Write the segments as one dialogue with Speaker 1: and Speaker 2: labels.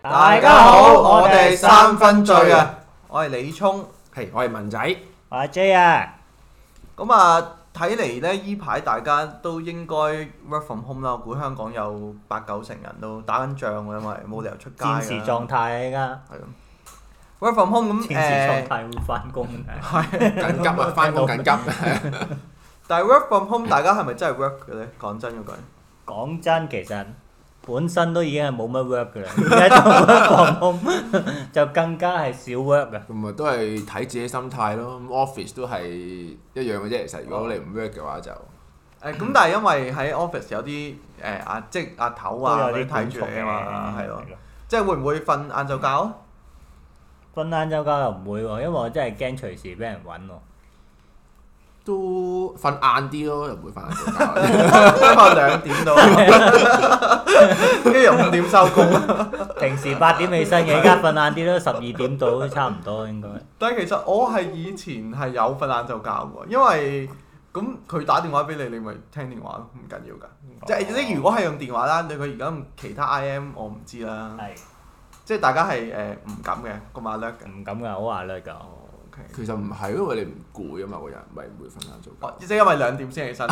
Speaker 1: 大家好，我哋三分醉
Speaker 2: 醉
Speaker 1: 啊！我係李聰，
Speaker 2: 係，我係 文仔，
Speaker 3: 我係 J 啊，
Speaker 1: 咁啊睇嚟呢，依排大家都應該 work from home 啦。我估香港有八九成人都打緊仗喎，因為冇理由出街㗎啦
Speaker 3: 戰時狀態啊依 家，
Speaker 1: 係咯，work from home 咁
Speaker 3: 戰時
Speaker 1: 誒
Speaker 3: 狀態會翻工嘅，
Speaker 2: 緊急啊，翻工緊急，
Speaker 1: 但係 work from home 大家係咪真係 work 嘅咧？講真嗰句，
Speaker 3: 講真其實本身都已經係冇乜 work 嘅啦，而家仲 work from home 就更加係少 work 嘅。
Speaker 2: 同埋都係睇自己心態咯。咁 office 都係一樣嘅啫。其實如果你唔 work 嘅話就，
Speaker 1: 誒咁但係因為喺 office 有啲誒阿即係阿頭啊
Speaker 3: 都
Speaker 1: 嗰
Speaker 3: 有啲
Speaker 1: 啲睇住
Speaker 3: 管束
Speaker 1: 你啊嘛，係咯
Speaker 3: 係，咯
Speaker 1: 即係會唔會瞓晏晝 覺？啊
Speaker 3: 瞓晏晝覺又唔會喎，因為我真係驚隨時俾人揾喎。
Speaker 2: 都瞓晏啲咯，又唔會瞓晏啲覺。
Speaker 1: 今晚兩點到，跟住又五點收工。
Speaker 3: 平時八點起身嘅，而家瞓晏啲都十二點到都差唔多應該。
Speaker 1: 但係其實我係以前係有瞓晏晝覺喎，因為咁佢打電話俾你，你咪聽電話咯，唔緊要㗎。即係即係如果係用電話啦，對佢而家用其他 I M 我唔知啦。
Speaker 3: 係
Speaker 1: 即係大家係誒唔敢嘅個馬叻嘅。
Speaker 3: 唔敢㗎，好話略㗎。
Speaker 1: O K，
Speaker 2: 其實唔係，因為你唔攰啊嘛，個人咪唔會瞓晏做。
Speaker 1: 哦即係因為兩點先起身，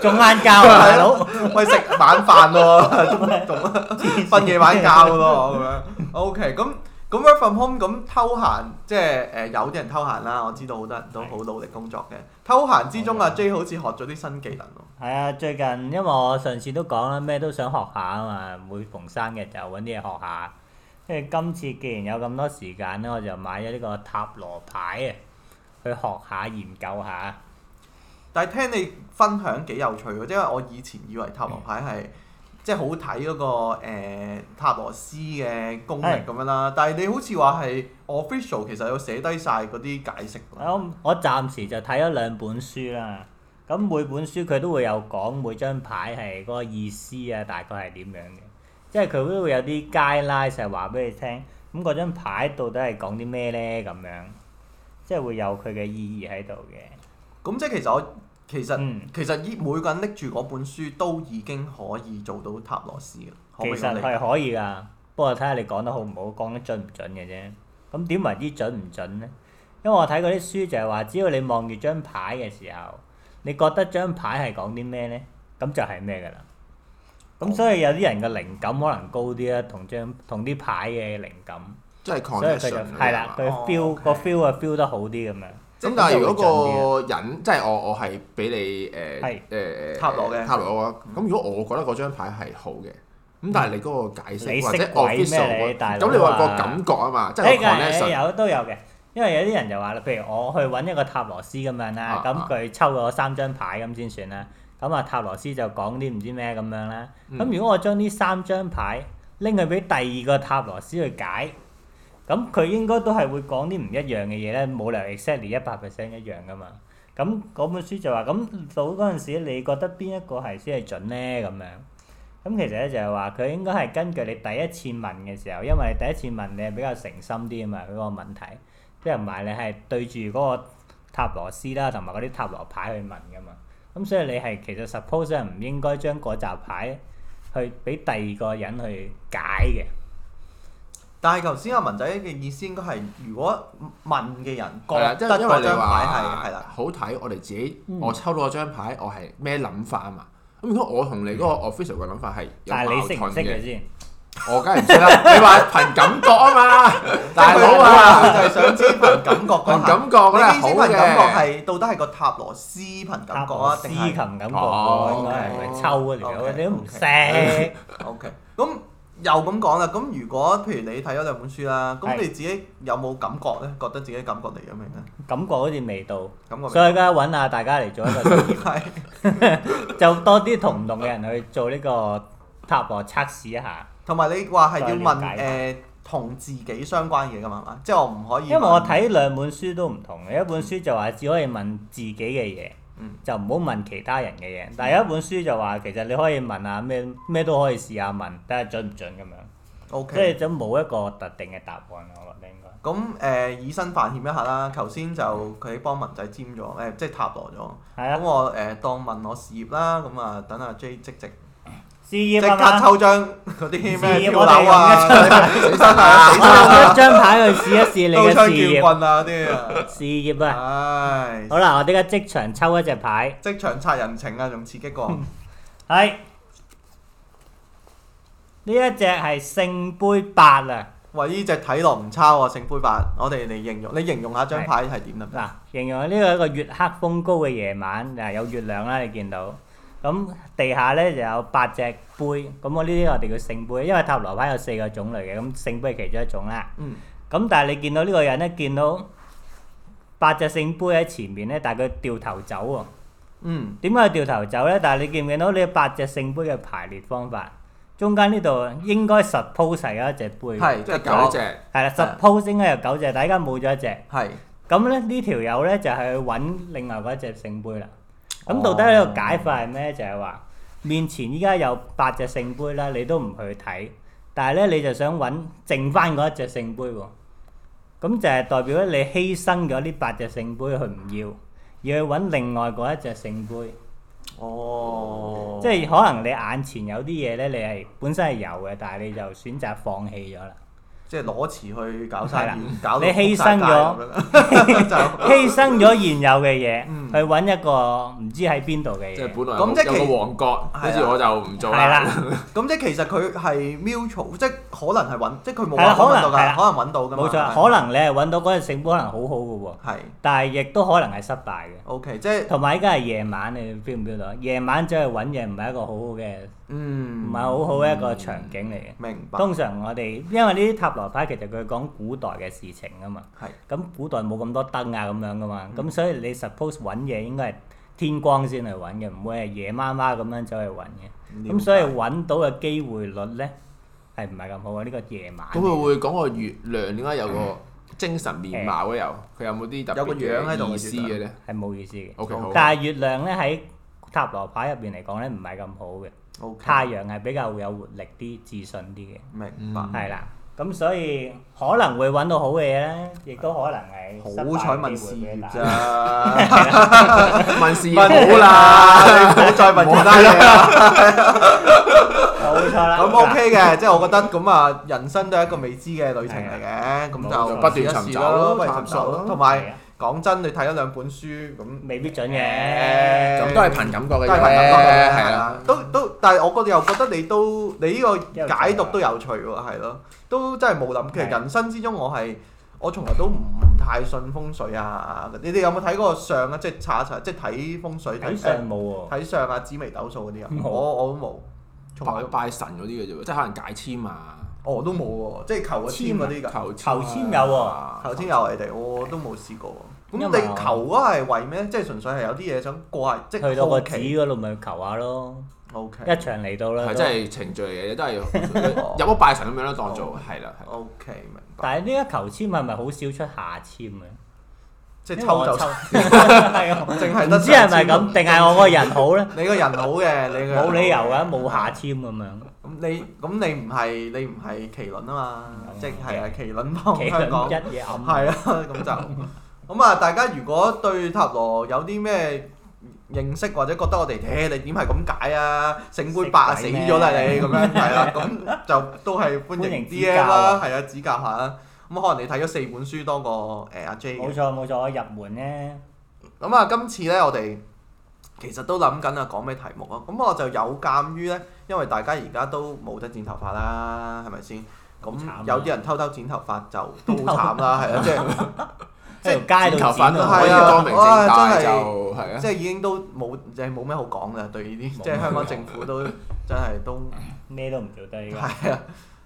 Speaker 3: 仲晏覺啊，大佬。
Speaker 1: 喂食晚飯咯， 仲仲瞓夜晚覺咯咁樣。O K，咁咁 work from home 咁偷閒，即係誒有啲人偷閒啦，我知道好多人都好努力工作嘅。偷閒之中，阿 J 好似學咗啲新技能喎。
Speaker 3: 係啊，最近因為我上次都講啦，咩都想學下啊嘛，每逢生日就揾啲嘢學下。跟住今次既然有咁多時間咧，我就買咗呢個塔羅牌啊，去學下研究下。
Speaker 1: 但係聽你分享幾有趣喎，因為我以前以為塔羅牌
Speaker 3: 嗯
Speaker 1: 係即係好睇嗰、個、呃、塔羅師嘅功力
Speaker 3: 係
Speaker 1: 咁樣啦，但係你好似話係 official 其實有寫低晒嗰啲解釋㗎啦。
Speaker 3: 我我暫時就睇咗兩本書啦。咁每本書佢都會有講每張牌係嗰個意思啊，大概係點樣嘅，即係佢都會有啲 guideline 係話俾你聽。咁嗰張牌到底係講啲咩咧？咁樣即係會有佢嘅意義喺度嘅。
Speaker 1: 咁即係其實我其實、
Speaker 3: 嗯
Speaker 1: 其實依每個人拎住嗰本書都已經可以做到塔羅師嘅，可唔
Speaker 3: 其
Speaker 1: 可
Speaker 3: 實
Speaker 1: 以咁理
Speaker 3: 係啊
Speaker 1: 解？
Speaker 3: 可以㗎，不過睇下你講得好唔好，講得準唔準嘅啫。咁點為之準唔準呢？因為我睇嗰啲書就係話，只要你望住張牌嘅時候，你覺得張牌係講啲咩呢？咁就係咩㗎啦。咁所以有啲人嘅靈感可能高啲啦，同張同啲牌嘅靈感，
Speaker 2: 即係
Speaker 3: 所以佢就
Speaker 2: connection 啊
Speaker 3: 係啦，佢
Speaker 1: 哦
Speaker 3: feel 個
Speaker 1: OK
Speaker 3: feel 啊 feel 得好啲咁樣。
Speaker 2: 咁
Speaker 1: 咁
Speaker 2: 但係
Speaker 3: 就會
Speaker 2: 如
Speaker 3: 準
Speaker 2: 果個人即係我我係俾你
Speaker 3: 係
Speaker 2: 誒誒
Speaker 1: 塔羅嘅
Speaker 2: 塔羅嘅話，咁如果我覺得嗰張牌係好嘅，咁但係你嗰個解
Speaker 3: 你
Speaker 2: 釋
Speaker 3: 識
Speaker 2: 或者
Speaker 3: 鬼咩
Speaker 2: official
Speaker 3: 你大佬
Speaker 2: 嗰
Speaker 3: 啊
Speaker 2: 咁你話個感覺啊嘛，即係
Speaker 3: 誒
Speaker 2: 個
Speaker 3: 係
Speaker 2: connection
Speaker 3: 有都有嘅，因為有啲人就話啦，譬如我去揾一個塔羅師咁樣啦
Speaker 2: 啊，
Speaker 3: 咁
Speaker 2: 啊
Speaker 3: 佢抽咗三張牌咁先算啦。咁啊塔羅師就講啲唔知咩咁樣啦。咁、
Speaker 2: 嗯
Speaker 3: 如果我將呢三張牌拎去俾第二個塔羅師去解，咁佢應該都係會講啲唔一樣嘅嘢咧，冇理由 exactly 一百 percent 一樣噶嘛。咁嗰本書就話，咁到嗰陣時，你覺得邊一個係先係準呢？咁樣咁其實咧就係話，佢應該係根據你第一次問嘅時候，因為你第一次問你係比較誠心啲啊嘛，嗰、個問題，即係同埋你係對住嗰個塔羅斯啦，同埋嗰啲塔羅牌去問噶嘛。咁所以你係其實 suppose 係唔應該將嗰扎牌去俾第二個人去解嘅。
Speaker 1: 但係頭先阿文仔嘅意思應該係，如果問嘅人覺
Speaker 2: 係啦，即係
Speaker 1: 得
Speaker 2: 因為
Speaker 1: 嗰
Speaker 2: 你
Speaker 1: 張
Speaker 2: 話
Speaker 1: 牌係係啦。
Speaker 2: 好睇，我哋自己
Speaker 3: 嗯
Speaker 2: 我抽到嗰張牌，我係咩諗法啊嘛？咁如果我同你嗰個
Speaker 1: 嗯
Speaker 2: official 嘅諗法係有
Speaker 3: 但係你識
Speaker 2: 矛
Speaker 3: 唔識
Speaker 2: 盾
Speaker 3: 嘅
Speaker 2: 嘅，
Speaker 3: 先？
Speaker 2: 我梗係唔識啦。你話憑感覺 啊嘛，大佬啊！
Speaker 1: 就係想知憑感覺嗰下
Speaker 2: 憑感覺咧
Speaker 1: 你意思
Speaker 2: 哦好
Speaker 1: 憑
Speaker 2: 嘅
Speaker 1: 感覺係到底係個塔羅斯憑
Speaker 3: 塔
Speaker 1: 感覺
Speaker 3: 羅
Speaker 1: 啊，
Speaker 3: 斯
Speaker 1: 定
Speaker 3: 琴
Speaker 1: 係
Speaker 3: 感覺
Speaker 2: 哦
Speaker 3: 喎，應該係咪
Speaker 1: OK，
Speaker 3: 抽嗰條友
Speaker 1: OK，
Speaker 3: 你都唔
Speaker 1: OK
Speaker 3: 識。
Speaker 1: OK？咁又咁講啦，咁如果譬如你睇咗兩本書啦，咁
Speaker 3: 係
Speaker 1: 你自己有冇感覺咧？覺得自己感覺嚟咗未咧？
Speaker 3: 感覺好似未到，
Speaker 1: 感覺未
Speaker 3: 所以而家揾下大家嚟做一個 實驗，
Speaker 1: 係
Speaker 3: 就多啲同唔同嘅人去做呢個塔羅測試一下。
Speaker 1: 同埋你話係要
Speaker 3: 再了
Speaker 1: 問
Speaker 3: 解
Speaker 1: 誒同自己相關嘅嘢㗎嘛係嘛？即係我唔可以
Speaker 3: 因為我
Speaker 1: 問
Speaker 3: 睇兩本書都唔同嘅，一本書就話只可以問自己嘅嘢
Speaker 1: 嗯，
Speaker 3: 就唔好問其他人嘅嘢。但係有一本書就話其實你可以問下咩咩都可以試下問，睇下準唔準咁樣。即
Speaker 1: OK
Speaker 3: 係。就冇一個特定嘅答案，我覺得應該。
Speaker 1: 咁誒、以身犯險一下啦，頭先就佢幫文仔簽咗，誒、即係塔羅咗。
Speaker 3: 係啊
Speaker 1: 咁我誒、當問我事業啦，咁啊等阿 J 即席
Speaker 3: 事業啊
Speaker 1: 即刻
Speaker 3: 嘛，
Speaker 1: 抽張嗰啲
Speaker 3: 事業
Speaker 1: 咩跳
Speaker 3: 我哋
Speaker 1: 樓啊，
Speaker 3: 用一張
Speaker 2: 死神 啊！死神啊
Speaker 3: 用一張牌去試一試你
Speaker 1: 刀
Speaker 3: 嘅事
Speaker 1: 槍
Speaker 3: 業
Speaker 1: 劍。棍啊嗰啲啊，
Speaker 3: 事業啊，
Speaker 1: 唉，
Speaker 3: 好啦，我哋而家即場抽一隻牌，
Speaker 1: 職場殺人情啊，仲刺激過。
Speaker 3: 係呢一隻係聖杯八啊！
Speaker 1: 喂，呢只睇落唔差喎，聖杯八，我哋嚟形容，你形容下張牌係點得唔得？
Speaker 3: 嗱，形容呢個一個月黑風高嘅夜晚，嗱有月亮啦，你見到。咁地下咧就有八隻杯，咁我呢啲我哋叫聖杯，因為塔羅牌有四個種類嘅，咁聖杯係其中一種啦。
Speaker 1: 嗯，
Speaker 3: 咁但係你見到呢個人咧，見到八隻聖杯喺前面咧，但係佢掉頭走喎。
Speaker 1: 嗯，
Speaker 3: 點解佢掉頭走咧？但係你見唔見到呢八隻聖杯嘅排列方法？中間呢度應該 suppose 係有一隻杯，係
Speaker 1: 係，即
Speaker 2: 即
Speaker 1: 係
Speaker 2: 係九
Speaker 1: 九
Speaker 2: 隻
Speaker 1: 隻，
Speaker 3: 啦，suppose 應該有九隻，但係而家冇咗一隻。
Speaker 1: 係
Speaker 3: 咁咧呢條友咧就係去揾另外嗰一隻聖杯啦。咁
Speaker 1: 哦
Speaker 3: 到底呢個解法係咩咧？就係話面前依家有八隻聖杯啦，你都唔去睇，但係咧你就想揾剩翻嗰一隻聖杯喎。咁就係代表咧你犧牲咗呢八隻聖杯，去唔要，而去揾另外嗰一隻聖杯。
Speaker 1: 哦，
Speaker 3: 即係可能你眼前有啲嘢咧，你係本身係有嘅，但係你就選擇放棄咗啦。
Speaker 1: 即係攞詞去搞生意
Speaker 3: 係啦，
Speaker 1: 搞到
Speaker 3: 你犧牲咗
Speaker 1: 撲晒街咁樣 就
Speaker 3: 犧牲咗現有嘅嘢，
Speaker 1: 嗯
Speaker 3: 去揾一個唔知喺邊度嘅
Speaker 2: 即係
Speaker 3: 嘢。
Speaker 2: 本來
Speaker 1: 咁即係
Speaker 2: 有
Speaker 1: 其
Speaker 2: 個王國，跟
Speaker 1: 係
Speaker 2: 住
Speaker 1: 啊
Speaker 2: 我就唔做
Speaker 3: 係
Speaker 2: 啦。
Speaker 3: 啦，
Speaker 1: 咁即係其實佢係 mutual，即係可能係揾，即係佢冇
Speaker 3: 係啦
Speaker 1: 話揾到
Speaker 3: 可能係啦
Speaker 1: 㗎，可能揾到㗎嘛。
Speaker 3: 冇錯，
Speaker 1: 係
Speaker 3: 可能你係揾到嗰隻聖杯，可能好好嘅喎，
Speaker 1: 係
Speaker 3: 但係亦都可能係失敗嘅。
Speaker 1: OK，即係
Speaker 3: 同埋依家係夜晚，你 feel 唔 feel 到？夜晚走去揾嘢唔係一個好好嘅，唔
Speaker 1: 嗯，
Speaker 3: 係好好一個場景嚟嘅。
Speaker 1: 明白，
Speaker 3: 通常我哋因為呢啲塔羅牌其實佢講古代嘅事情啊嘛。
Speaker 1: 係
Speaker 3: 咁古代冇咁多燈啊咁樣噶嘛，咁、所以你 suppose 揾嘢應該係天光先嚟揾嘅，唔會係夜媽媽咁樣走去揾嘅。
Speaker 1: 了
Speaker 3: 咁所以
Speaker 1: 解
Speaker 3: 揾到嘅機會率咧係唔係咁好啊？呢、個夜晚
Speaker 2: 咁佢會講個月亮點解有個精神面貌咧？又佢有冇啲特
Speaker 1: 嗯有個
Speaker 2: 別
Speaker 1: 樣喺度
Speaker 2: 嘅
Speaker 1: 嘅
Speaker 2: 意思
Speaker 1: 月亮
Speaker 2: 嘅咧
Speaker 3: 係冇意思嘅。
Speaker 2: ？OK 好。
Speaker 3: 但係月亮咧喺塔羅牌入邊嚟講咧唔係咁好嘅，
Speaker 1: OK，
Speaker 3: 太陽係比較有活力啲、自信啲嘅，
Speaker 1: 明
Speaker 2: 嗯
Speaker 1: 白。
Speaker 3: 係啦、咁所以可能會揾到好嘅嘢咧，亦都可能係
Speaker 1: 好
Speaker 3: 失敗
Speaker 1: 彩
Speaker 3: 嘅
Speaker 1: 問
Speaker 3: 機
Speaker 1: 事
Speaker 3: 會比較
Speaker 1: 業
Speaker 3: 大
Speaker 1: 咋，
Speaker 2: 問事業
Speaker 1: 問
Speaker 2: 好啦，，
Speaker 1: 你唔好再問其他嘢啦。
Speaker 3: 冇錯啦。
Speaker 1: 咁
Speaker 3: 嗱
Speaker 1: OK 嘅，即係我覺得咁啊，人生都係一個未知嘅旅程嚟嘅，咁
Speaker 3: 冇錯
Speaker 1: 就
Speaker 2: 不斷
Speaker 1: 試一試
Speaker 2: 尋找咯
Speaker 1: 不斷
Speaker 2: 探
Speaker 1: 尋
Speaker 2: 索
Speaker 1: 找
Speaker 2: 咯
Speaker 1: 咯。同
Speaker 3: 係
Speaker 1: 埋
Speaker 3: 啊
Speaker 1: 講真，你睇咗兩本書咁。
Speaker 3: 未必準嘅。
Speaker 1: 誒
Speaker 2: 咁都係憑感覺
Speaker 1: 都
Speaker 2: 嘅啫，
Speaker 1: 係憑感覺嘅，
Speaker 2: 係
Speaker 1: 係
Speaker 2: 啦
Speaker 1: 啦。，都都，但係我覺得又覺得你都你呢個解讀都有趣喎，係咯，都真係冇諗。其實
Speaker 3: 係
Speaker 1: 人生之中我係我從來都唔太信風水啊。你哋有冇睇過相啊？即係查一查，即係睇風水
Speaker 3: 睇
Speaker 1: 睇
Speaker 3: 相
Speaker 1: 相
Speaker 3: 冇喎。
Speaker 1: 睇相啊、紫微斗數嗰啲啊
Speaker 3: 冇，
Speaker 1: 我我都冇，從來
Speaker 2: 拜
Speaker 1: 都
Speaker 2: 拜神嗰啲嘅啫喎，即係可能解簽啊、
Speaker 1: 我都冇喎，即係求啊個簽嗰啲㗎。
Speaker 2: 求
Speaker 3: 求簽有
Speaker 2: 啊
Speaker 3: 喎
Speaker 1: 求簽又係你哋，我都冇試過喎。咁
Speaker 3: 因為
Speaker 1: 你求嗰個係為咩？即係純粹係有啲嘢想過下，即
Speaker 3: 去到
Speaker 1: 係
Speaker 3: 個
Speaker 1: 好
Speaker 3: 寺
Speaker 1: 奇。
Speaker 3: 嗰度咪求下咯，
Speaker 1: O K。
Speaker 3: 一場嚟到啦。
Speaker 2: 係
Speaker 3: 都
Speaker 2: 真係程序嚟嘅，都係 入屋拜神咁樣咯，當
Speaker 1: 哦
Speaker 2: 做係啦。係
Speaker 1: O K，明白。
Speaker 3: 但係呢一球籤係咪好少出下籤嘅？
Speaker 1: 即係
Speaker 3: 因為
Speaker 1: 抽
Speaker 3: 我
Speaker 1: 就
Speaker 3: 抽，係啊
Speaker 1: 淨係
Speaker 3: 唔
Speaker 1: 得
Speaker 3: 知係咪
Speaker 1: 上籤
Speaker 3: 咁，定係我個人好咧？
Speaker 1: 你個人好嘅，你個人好
Speaker 3: 冇
Speaker 1: 嘅
Speaker 3: 理由㗎，冇下籤咁樣。
Speaker 1: 咁你咁你唔係你唔係麒麟啊嘛，
Speaker 3: 嗯
Speaker 1: 即係啊麒麟幫
Speaker 3: 企
Speaker 1: 香港
Speaker 3: 輪一嘢暗，
Speaker 1: 係啊，咁就咁啊！大家如果對塔羅有啲咩認識或者覺得我哋，誒你點係咁解啊？聖杯八啊死
Speaker 3: 識鬼咩
Speaker 1: 咗啦你咁樣係啦，咁就都係歡
Speaker 3: 歡迎
Speaker 1: 迎
Speaker 3: 指教
Speaker 1: DM 啦，係啊指教下啦。咁可能你睇咗四本書多過誒阿 J 嘅
Speaker 3: 冇。錯冇錯，我入門咧，
Speaker 1: 咁啊，今次呢，我哋其實都諗緊啊，講咩題目啊？咁我就有鑑於呢，因為大家而家都冇得剪頭髮啦，係咪先？咁
Speaker 3: 好慘啊
Speaker 1: 有啲人偷偷剪頭髮就都 好慘啦，係啊，即係
Speaker 3: 喺條街
Speaker 2: 頭
Speaker 3: 度
Speaker 2: 髮
Speaker 3: 剪
Speaker 2: 都
Speaker 1: 啊
Speaker 2: 可以
Speaker 1: 係啊
Speaker 2: 光明正大
Speaker 1: 哇
Speaker 2: 就
Speaker 1: 真係
Speaker 2: 係啊
Speaker 1: 即。係已經都冇即係冇咩好講嘅，對呢啲即係香港政府都真係都
Speaker 3: 咩都唔做得依家。
Speaker 1: 係啊。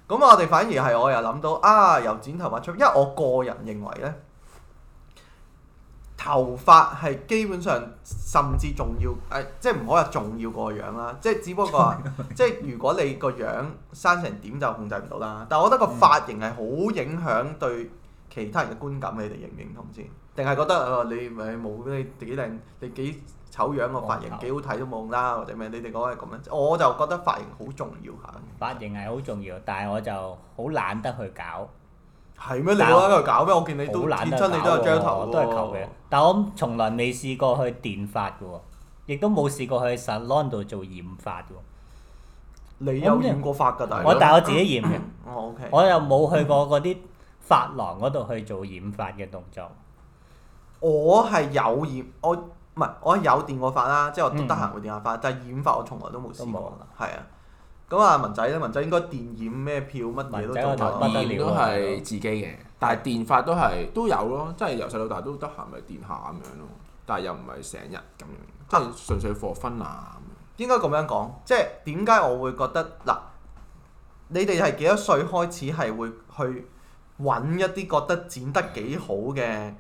Speaker 1: 咁我哋反而係我又諗到啊，由剪頭髮出，因為我個人認為呢，頭髮係基本上甚至重要誒、即係唔可以話重要過個樣啦。即係只不過話，即係如果你個樣生成點就控制唔到啦。但係我覺得個髮型係好影響對其他人嘅觀感，你哋認唔認同先？定係覺得啊、你咪冇你幾靚，你幾醜樣個髮型幾好睇都冇用啦，或者咩？你哋覺得係咁咧？我就覺得髮型好重要下嘅。
Speaker 3: 髮型係好重要，但係我就好懶得去搞，
Speaker 1: 係咩？你冇喺度搞咩？我見你
Speaker 3: 好
Speaker 1: 都
Speaker 3: 懶
Speaker 1: 貼
Speaker 3: 得
Speaker 1: 親，你都有
Speaker 3: 搞
Speaker 1: 張
Speaker 3: 喎
Speaker 1: 頭
Speaker 3: 我都係求嘅。但我從來未試過去電髮嘅喎，亦都冇試過去 salon 度做染髮嘅喎。
Speaker 1: 你有染過髮㗎，大
Speaker 3: 我
Speaker 1: 佬？
Speaker 3: 但係我自己染嘅，
Speaker 1: 我 OK，
Speaker 3: 我又冇去過嗰啲髮廊嗰度去做染髮嘅動作。
Speaker 1: 我係有染，我唔係我係有電過髮啦，即係我得
Speaker 3: 嗯
Speaker 1: 閒會電下髮，但係染髮我從來都冇試
Speaker 3: 都冇
Speaker 1: 過，係啊。咁啊，文仔咧，文仔應該電染咩票乜嘢都
Speaker 3: 文仔我
Speaker 1: 做
Speaker 3: 頭
Speaker 1: 過
Speaker 3: 不
Speaker 1: 啦
Speaker 3: 得
Speaker 2: 電
Speaker 3: 了
Speaker 2: 都
Speaker 3: 啊
Speaker 2: 係自己嘅，但係電髮都係都有咯，即係由細到大都得閒咪電下咁樣咯，但係又唔係成日咁樣，即係純粹 for fun 啊咁樣。
Speaker 1: 應該咁樣講，即係點解我會覺得嗱，你哋係幾多歲開始係會去揾一啲覺得剪得幾好嘅，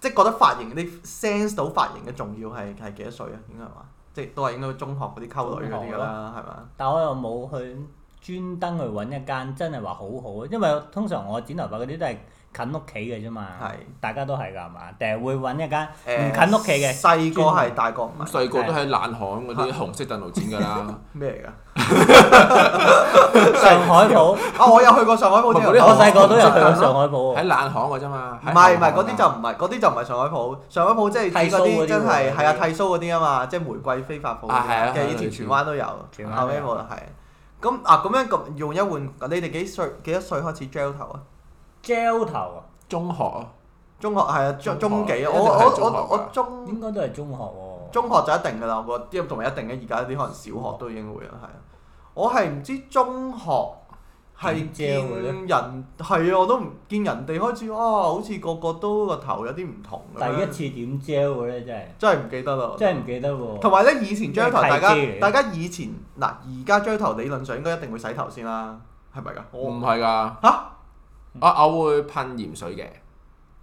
Speaker 1: 即係覺得髮型你 sense 到髮型嘅重要係係幾多歲啊？應該係嘛？即係都係應該中學嗰啲溝女嗰啲㗎啦，係嘛？
Speaker 3: 但我又冇去專登去揾一間真係話好好，因為通常我剪頭髮嗰啲都係近屋企嘅啫嘛，
Speaker 1: 係
Speaker 3: 大家都係㗎係嘛？定係會揾一間唔
Speaker 1: 誒
Speaker 3: 近屋企嘅
Speaker 1: 細個係大個唔
Speaker 2: 咁
Speaker 1: 係
Speaker 2: 細個都喺冷巷嗰啲紅色凳度剪㗎啦，
Speaker 1: 咩嚟㗎？
Speaker 3: 上海 鋪，
Speaker 1: 啊！我有去過上海 鋪
Speaker 2: 唔係
Speaker 1: 添，
Speaker 2: 嗰啲
Speaker 3: 我細個都有去過
Speaker 2: 哦
Speaker 3: 上海鋪
Speaker 2: 喺
Speaker 3: 喎，
Speaker 2: 冷巷㗎啫嘛。
Speaker 1: 唔
Speaker 2: 喺
Speaker 1: 係唔係
Speaker 2: 冷巷
Speaker 1: 嗰啲就唔係嗰啲就唔係上海鋪，上海鋪即係指嗰
Speaker 3: 剃鬚嗰
Speaker 1: 啲
Speaker 3: 啲
Speaker 1: 真係
Speaker 3: 喎
Speaker 1: 係啊剃鬚嗰啲啊嘛，即係玫瑰飛髮鋪
Speaker 2: 啊係啊
Speaker 1: 嘅，以
Speaker 2: 係啊
Speaker 1: 前
Speaker 2: 類似
Speaker 1: 荃灣都有，
Speaker 3: 荃灣
Speaker 1: 後尾冇啦係。咁啊咁樣咁用一換，你哋幾歲幾多歲開始 gel 頭啊？
Speaker 3: gel 頭啊，
Speaker 2: 中學啊，
Speaker 1: 中學係啊，中
Speaker 2: 中學
Speaker 1: 中幾啊？
Speaker 2: 一
Speaker 1: 我
Speaker 2: 定
Speaker 1: 我
Speaker 2: 係中學
Speaker 1: 我我
Speaker 2: 㗎
Speaker 1: 中
Speaker 3: 應該都係中學喎。
Speaker 1: 中學就一定㗎啦，我覺得，同埋一定嘅，而家啲可能小學都已經會啦，係啊。我係唔知中學係
Speaker 3: 點 gel 嘅咧
Speaker 1: 見人係啊，我都唔見人哋開始啊，好似個個都個頭有啲唔同咁樣
Speaker 3: 第一次點 gel 嘅咧，真係
Speaker 1: 真係唔記得啦。
Speaker 3: 真係唔記得喎。
Speaker 1: 同埋咧，以前 gel 頭
Speaker 3: 咩
Speaker 1: 大
Speaker 3: 契機
Speaker 1: 家
Speaker 3: 嚟嘅
Speaker 1: 大家以前嗱，而家 gel 頭理論上應該一定會洗頭先啦，係
Speaker 3: 嗯
Speaker 1: 咪㗎？
Speaker 2: 我唔
Speaker 1: 我
Speaker 2: 係㗎。
Speaker 1: 嚇
Speaker 2: 啊，我會噴鹽水嘅。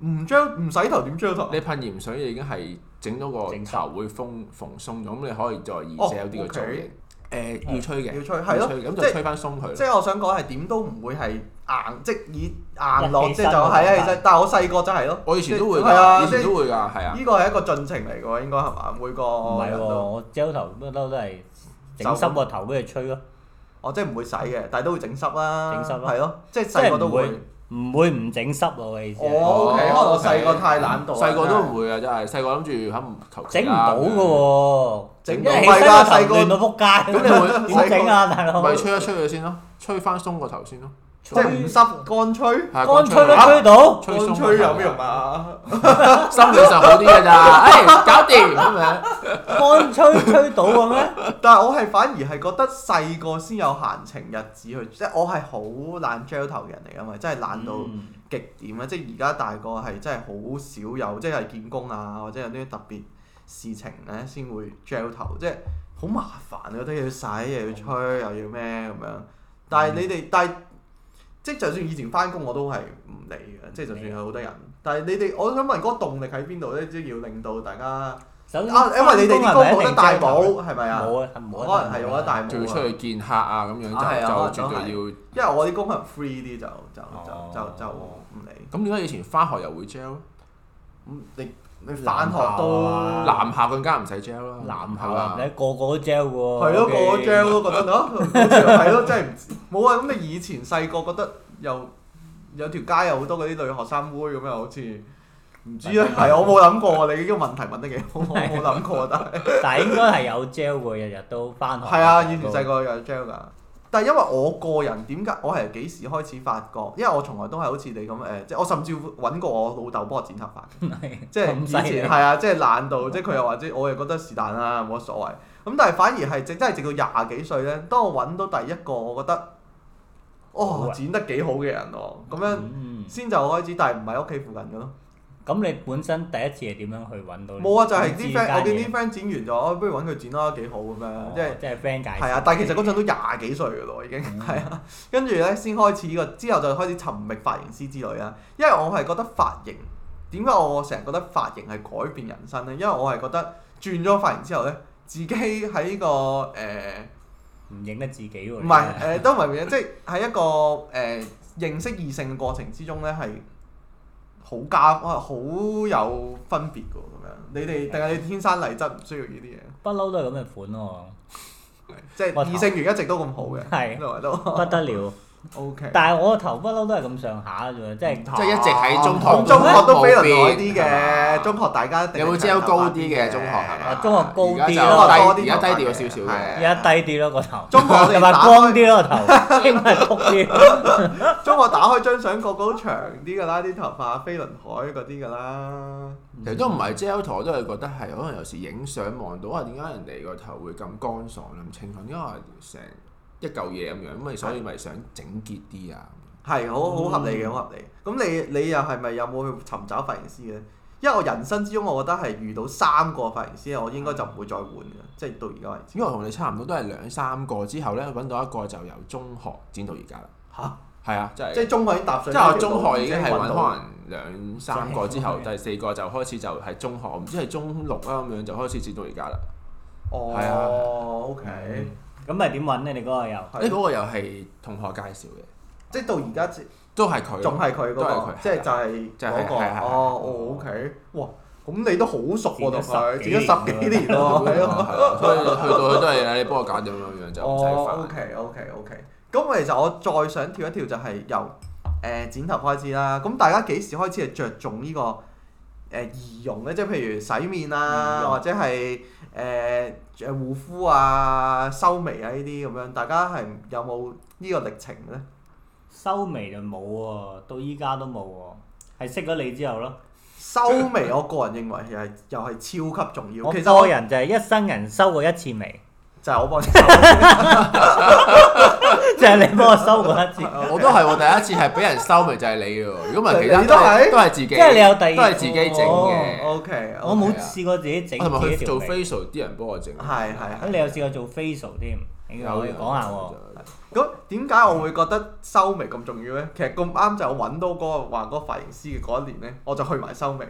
Speaker 1: 唔 gel 唔洗頭點 gel 頭？
Speaker 2: 你噴鹽水已經係整咗個
Speaker 3: 整濕
Speaker 2: 頭會封蓬鬆咗，咁你可以再延
Speaker 1: 哦
Speaker 2: 射有啲個造型。誒要吹嘅，
Speaker 1: 要吹係咯
Speaker 2: 咁
Speaker 1: 即
Speaker 2: 就
Speaker 1: 係
Speaker 2: 吹翻鬆佢
Speaker 1: 即
Speaker 2: 咯。
Speaker 1: 係我想講係點都唔會係硬，即係以硬落，
Speaker 3: 一起身
Speaker 1: 即係就
Speaker 3: 嗰
Speaker 1: 係
Speaker 3: 種
Speaker 1: 啊！其實，但係我細個真係咯，
Speaker 2: 我以前都會
Speaker 1: 係啊
Speaker 2: 㗎，以
Speaker 1: 即
Speaker 2: 前
Speaker 1: 係
Speaker 2: 都會㗎，係啊。
Speaker 1: 呢個係一個進程嚟嘅喎，應該係嘛？每個
Speaker 3: 唔係
Speaker 1: 人
Speaker 3: 喎，
Speaker 1: 都
Speaker 3: 我 gel 頭不嬲都係整濕個頭俾佢吹咯，
Speaker 1: 哦，即係唔會洗嘅，但係都會整濕
Speaker 3: 整
Speaker 1: 啦，
Speaker 3: 濕啦
Speaker 1: 係咯，即係
Speaker 3: 即係
Speaker 1: 細個都
Speaker 3: 唔會
Speaker 1: 會。
Speaker 3: 唔會唔整濕我嘅意思係。
Speaker 1: 哦，OK，可能我細個太懶惰啦，
Speaker 2: 細個都
Speaker 1: 真係
Speaker 2: 唔會啊，真係細個諗住嚇唔求其
Speaker 3: 整唔
Speaker 2: 啦
Speaker 3: 到嘅喎，
Speaker 1: 整唔
Speaker 3: 一
Speaker 1: 到
Speaker 3: 起
Speaker 1: 咪
Speaker 3: 身
Speaker 1: 㗎
Speaker 3: 個
Speaker 1: 細
Speaker 3: 頭
Speaker 1: 個
Speaker 3: 亂到撲街，
Speaker 2: 咁
Speaker 1: 你
Speaker 3: 你
Speaker 1: 會
Speaker 3: 會點整啊，大佬？
Speaker 2: 咪吹一吹佢先咯，吹翻鬆個頭先咯。
Speaker 1: 即係唔濕乾吹。
Speaker 2: 係
Speaker 3: 乾
Speaker 2: 講
Speaker 3: 吹都
Speaker 2: 啦
Speaker 3: 吹到，
Speaker 2: 吹
Speaker 1: 乾
Speaker 2: 鬆
Speaker 1: 吹有咩用啊？
Speaker 2: 心理上好啲 㗎咋，誒搞掂咁樣。
Speaker 3: 乾吹吹到嘅咩？
Speaker 1: 但係我係反而係覺得細個先有閒情日子去，即係我係好懶 gel 頭嘅人嚟㗎嘛，真係懶到
Speaker 3: 嗯
Speaker 1: 極點啊啦！即係而家大個係真係好少有，即係見工啊或者有啲特別事情咧先會 gel 頭，即係好麻煩，覺得又要洗又要吹又要咩咁樣。
Speaker 3: 嗯
Speaker 1: 但係你哋，但係即係就算以前翻工我都係唔理嘅，即係就算有好多人，但係
Speaker 3: 嗯
Speaker 1: 你哋，我想問嗰個動力喺邊度咧？即係要令到大家。
Speaker 3: 首先
Speaker 1: 啊，因為你哋啲歌
Speaker 3: 返工係咪一
Speaker 1: 冇得
Speaker 3: 定
Speaker 1: 戴
Speaker 3: 遮頭
Speaker 1: 帽，
Speaker 3: 嘅
Speaker 1: 係咪啊？
Speaker 3: 冇啊，冇
Speaker 1: 可能係冇得戴帽
Speaker 2: 仲要出
Speaker 1: 啊。
Speaker 2: 去見客啊咁樣
Speaker 1: 啊係啊
Speaker 2: 就就絕對要。
Speaker 1: 因為我啲工可能 free 啲，就就就
Speaker 3: 哦
Speaker 1: 就就唔理。
Speaker 2: 咁點解以前翻學又會 gel？
Speaker 1: 咁你你返學都
Speaker 3: 男校啊
Speaker 2: 男校更加唔使 gel 啦，
Speaker 3: 男
Speaker 2: 係
Speaker 3: 校
Speaker 2: 嘛
Speaker 3: 男仔個個都 gel 喎，
Speaker 1: 係咯，個
Speaker 3: 我
Speaker 1: gel 都覺得啊，好似係咯，真係唔知冇啊！咁你以前細個覺得又有條街有好多嗰啲女學生妹咁樣，好似唔知咧。係啊我冇諗過啊！你呢個問題問得幾好，我冇諗過啊，但係。
Speaker 3: 但係應該係有 gel 喎，日日都翻學。
Speaker 1: 係啊，以前細個有 gel 㗎，但係因為我個人點解我係幾時開始發覺？因為我從來都係好似你咁誒、即係我甚至乎揾過我老豆幫我剪頭髮嘅，即係
Speaker 3: 咁犀
Speaker 1: 以
Speaker 3: 利
Speaker 1: 前係啊，即係懶到，即係佢又或者我又覺得是但啦，冇乜所謂。咁但係反而係直真係直到廿幾歲咧，當我揾到第一個我覺得
Speaker 3: 好
Speaker 1: 哦
Speaker 3: 啊
Speaker 1: 剪得幾好嘅人喎，咁樣
Speaker 3: 嗯
Speaker 1: 先就開始，但係唔係屋企附近嘅咯。
Speaker 3: 咁你本身第一次係點樣去揾到呢？
Speaker 1: 冇啊，就係啲
Speaker 3: 呢
Speaker 1: friend，我
Speaker 3: 間
Speaker 1: 見
Speaker 3: 嘢
Speaker 1: 啲 friend 剪完咗，哦不如揾佢剪啦，幾好咁樣，
Speaker 3: 哦
Speaker 1: 即係。
Speaker 3: 即係 friend 介紹。
Speaker 1: 係啊，但係其實嗰陣都廿幾歲嘅咯，已經
Speaker 3: 嗯
Speaker 1: 係啊。跟住咧先開始呢個，之後就開始尋覓髮型師之類啦。因為我係覺得髮型點解我成日覺得髮型係改變人生咧？因為我係覺得轉咗髮型之後咧，自己喺個誒。呃
Speaker 3: 唔認得自己喎。
Speaker 1: 唔係誒，都唔係嘅，即係喺一個誒、呃、認識異性嘅過程之中咧，係好加哇好有分別㗎喎咁樣。你哋定係你天生麗質唔需要呢啲嘢，
Speaker 3: 不嬲 都係咁嘅款喎。
Speaker 1: 即係
Speaker 3: 我
Speaker 1: 異性緣一直都咁好嘅，
Speaker 3: 係
Speaker 1: 因為都
Speaker 3: 不得了，
Speaker 1: O K，
Speaker 3: 但係我個頭不嬲都係咁上下嘅啫，即
Speaker 1: 嗯
Speaker 3: 係
Speaker 2: 即係一直喺中學
Speaker 1: 咁哦中學都飛輪海啲
Speaker 2: 係
Speaker 1: 嘅，
Speaker 2: 嘛
Speaker 1: 中學大家一定
Speaker 2: 有冇
Speaker 1: 係長頭髮
Speaker 2: 遮高啲嘅啊中學係嘛？
Speaker 3: 中學高啲咯
Speaker 2: 而家
Speaker 1: 高
Speaker 2: 就
Speaker 1: 啲
Speaker 2: 低，而家低調咗少少
Speaker 3: 而
Speaker 2: 嘅。
Speaker 3: 家低啲咯個頭，
Speaker 1: 中學我哋
Speaker 3: 同埋
Speaker 1: 打
Speaker 3: 光啲咯個頭， 應該係曲啲。
Speaker 1: 中學打開張相個個都長啲㗎啦，啲頭髮飛輪海嗰啲㗎啦。
Speaker 2: 其實都唔係遮頭，我都係覺得係可能有時影相望到啊，點解人哋個頭會咁乾爽咁清爽？因為成一嚿嘢咁樣，咁咪所以咪想整潔啲啊。
Speaker 1: 係好好合理嘅，好合理。咁你你又係咪有冇去尋找髮型師嘅？因為我人生之中，我覺得係遇到三個髮型師，我應該就唔會再換嘅，即係到而家為止。
Speaker 2: 因為我同你差唔多都係兩三個之後咧，揾到一個就由中學剪到而家啦。
Speaker 1: 嚇！
Speaker 2: 係啊，即係
Speaker 1: 即係中學已經搭上。
Speaker 2: 即係我中學已經係揾可
Speaker 1: 到。
Speaker 2: 能兩三個之後，第四個就開始就係中學，我唔知係中六啦咁樣就開始剪到而家啦。係啊
Speaker 1: 哦，OK，
Speaker 3: 咁咪點揾咧？你嗰個又
Speaker 1: 係
Speaker 2: 呢嗰個又係同學介紹嘅，
Speaker 1: 即係到而家
Speaker 2: 都係佢。
Speaker 1: 仲係佢嗰
Speaker 2: 都係佢
Speaker 1: 個，即係就係
Speaker 2: 就係
Speaker 1: 嗰個。
Speaker 2: 係係係
Speaker 1: 哦哦，OK，哇！咁你都好熟喎，同佢
Speaker 3: 自己
Speaker 1: 自己
Speaker 3: 十
Speaker 1: 十
Speaker 3: 幾
Speaker 1: 幾年
Speaker 2: 哦
Speaker 1: 喎，
Speaker 2: 係
Speaker 1: 係
Speaker 2: 啊
Speaker 1: 咯。
Speaker 2: 係啊所以去到佢都係哎你幫我揀咗咁樣就唔使
Speaker 1: 哦
Speaker 2: 煩。
Speaker 1: ，OK OK OK。咁其實我再想跳一跳就係由誒剪頭開始啦。咁大家幾時開始係着重呢個誒儀容咧？即係譬如洗面
Speaker 3: 儀
Speaker 1: 啊，
Speaker 3: 容
Speaker 1: 或者係誒誒護膚啊、修眉啊呢啲咁樣，大家係有冇呢個歷程咧？
Speaker 3: 收眉就冇喎，到依家都冇喎，係識咗你之後咯。
Speaker 1: 修眉，我個人認為係又係超級重要。
Speaker 3: 我
Speaker 1: 其實我
Speaker 3: 個人就係一生人收過一次眉，
Speaker 1: 就係我幫你修。
Speaker 3: 就係你幫我收過 一次，
Speaker 1: 啊
Speaker 2: 我都係喎，第一次係俾人收咪就係你嘅喎，如果唔係其他
Speaker 1: 你都係
Speaker 2: 都係自己，
Speaker 3: 即係你有第二
Speaker 2: 都係自己整嘅。
Speaker 1: O K，
Speaker 3: 我冇試過自己整
Speaker 2: 我同埋
Speaker 3: 自己
Speaker 2: 佢
Speaker 3: 條
Speaker 2: 做
Speaker 3: 眉。
Speaker 2: facial 啲人幫我整，
Speaker 1: 係係
Speaker 3: 咁你有試過做 facial 添？你可以講下喎。
Speaker 1: 咁點解我會覺得修眉咁重要呢？其實咁啱就係我揾到嗰個話嗰個髮型師嘅嗰一年呢，我就去埋修眉，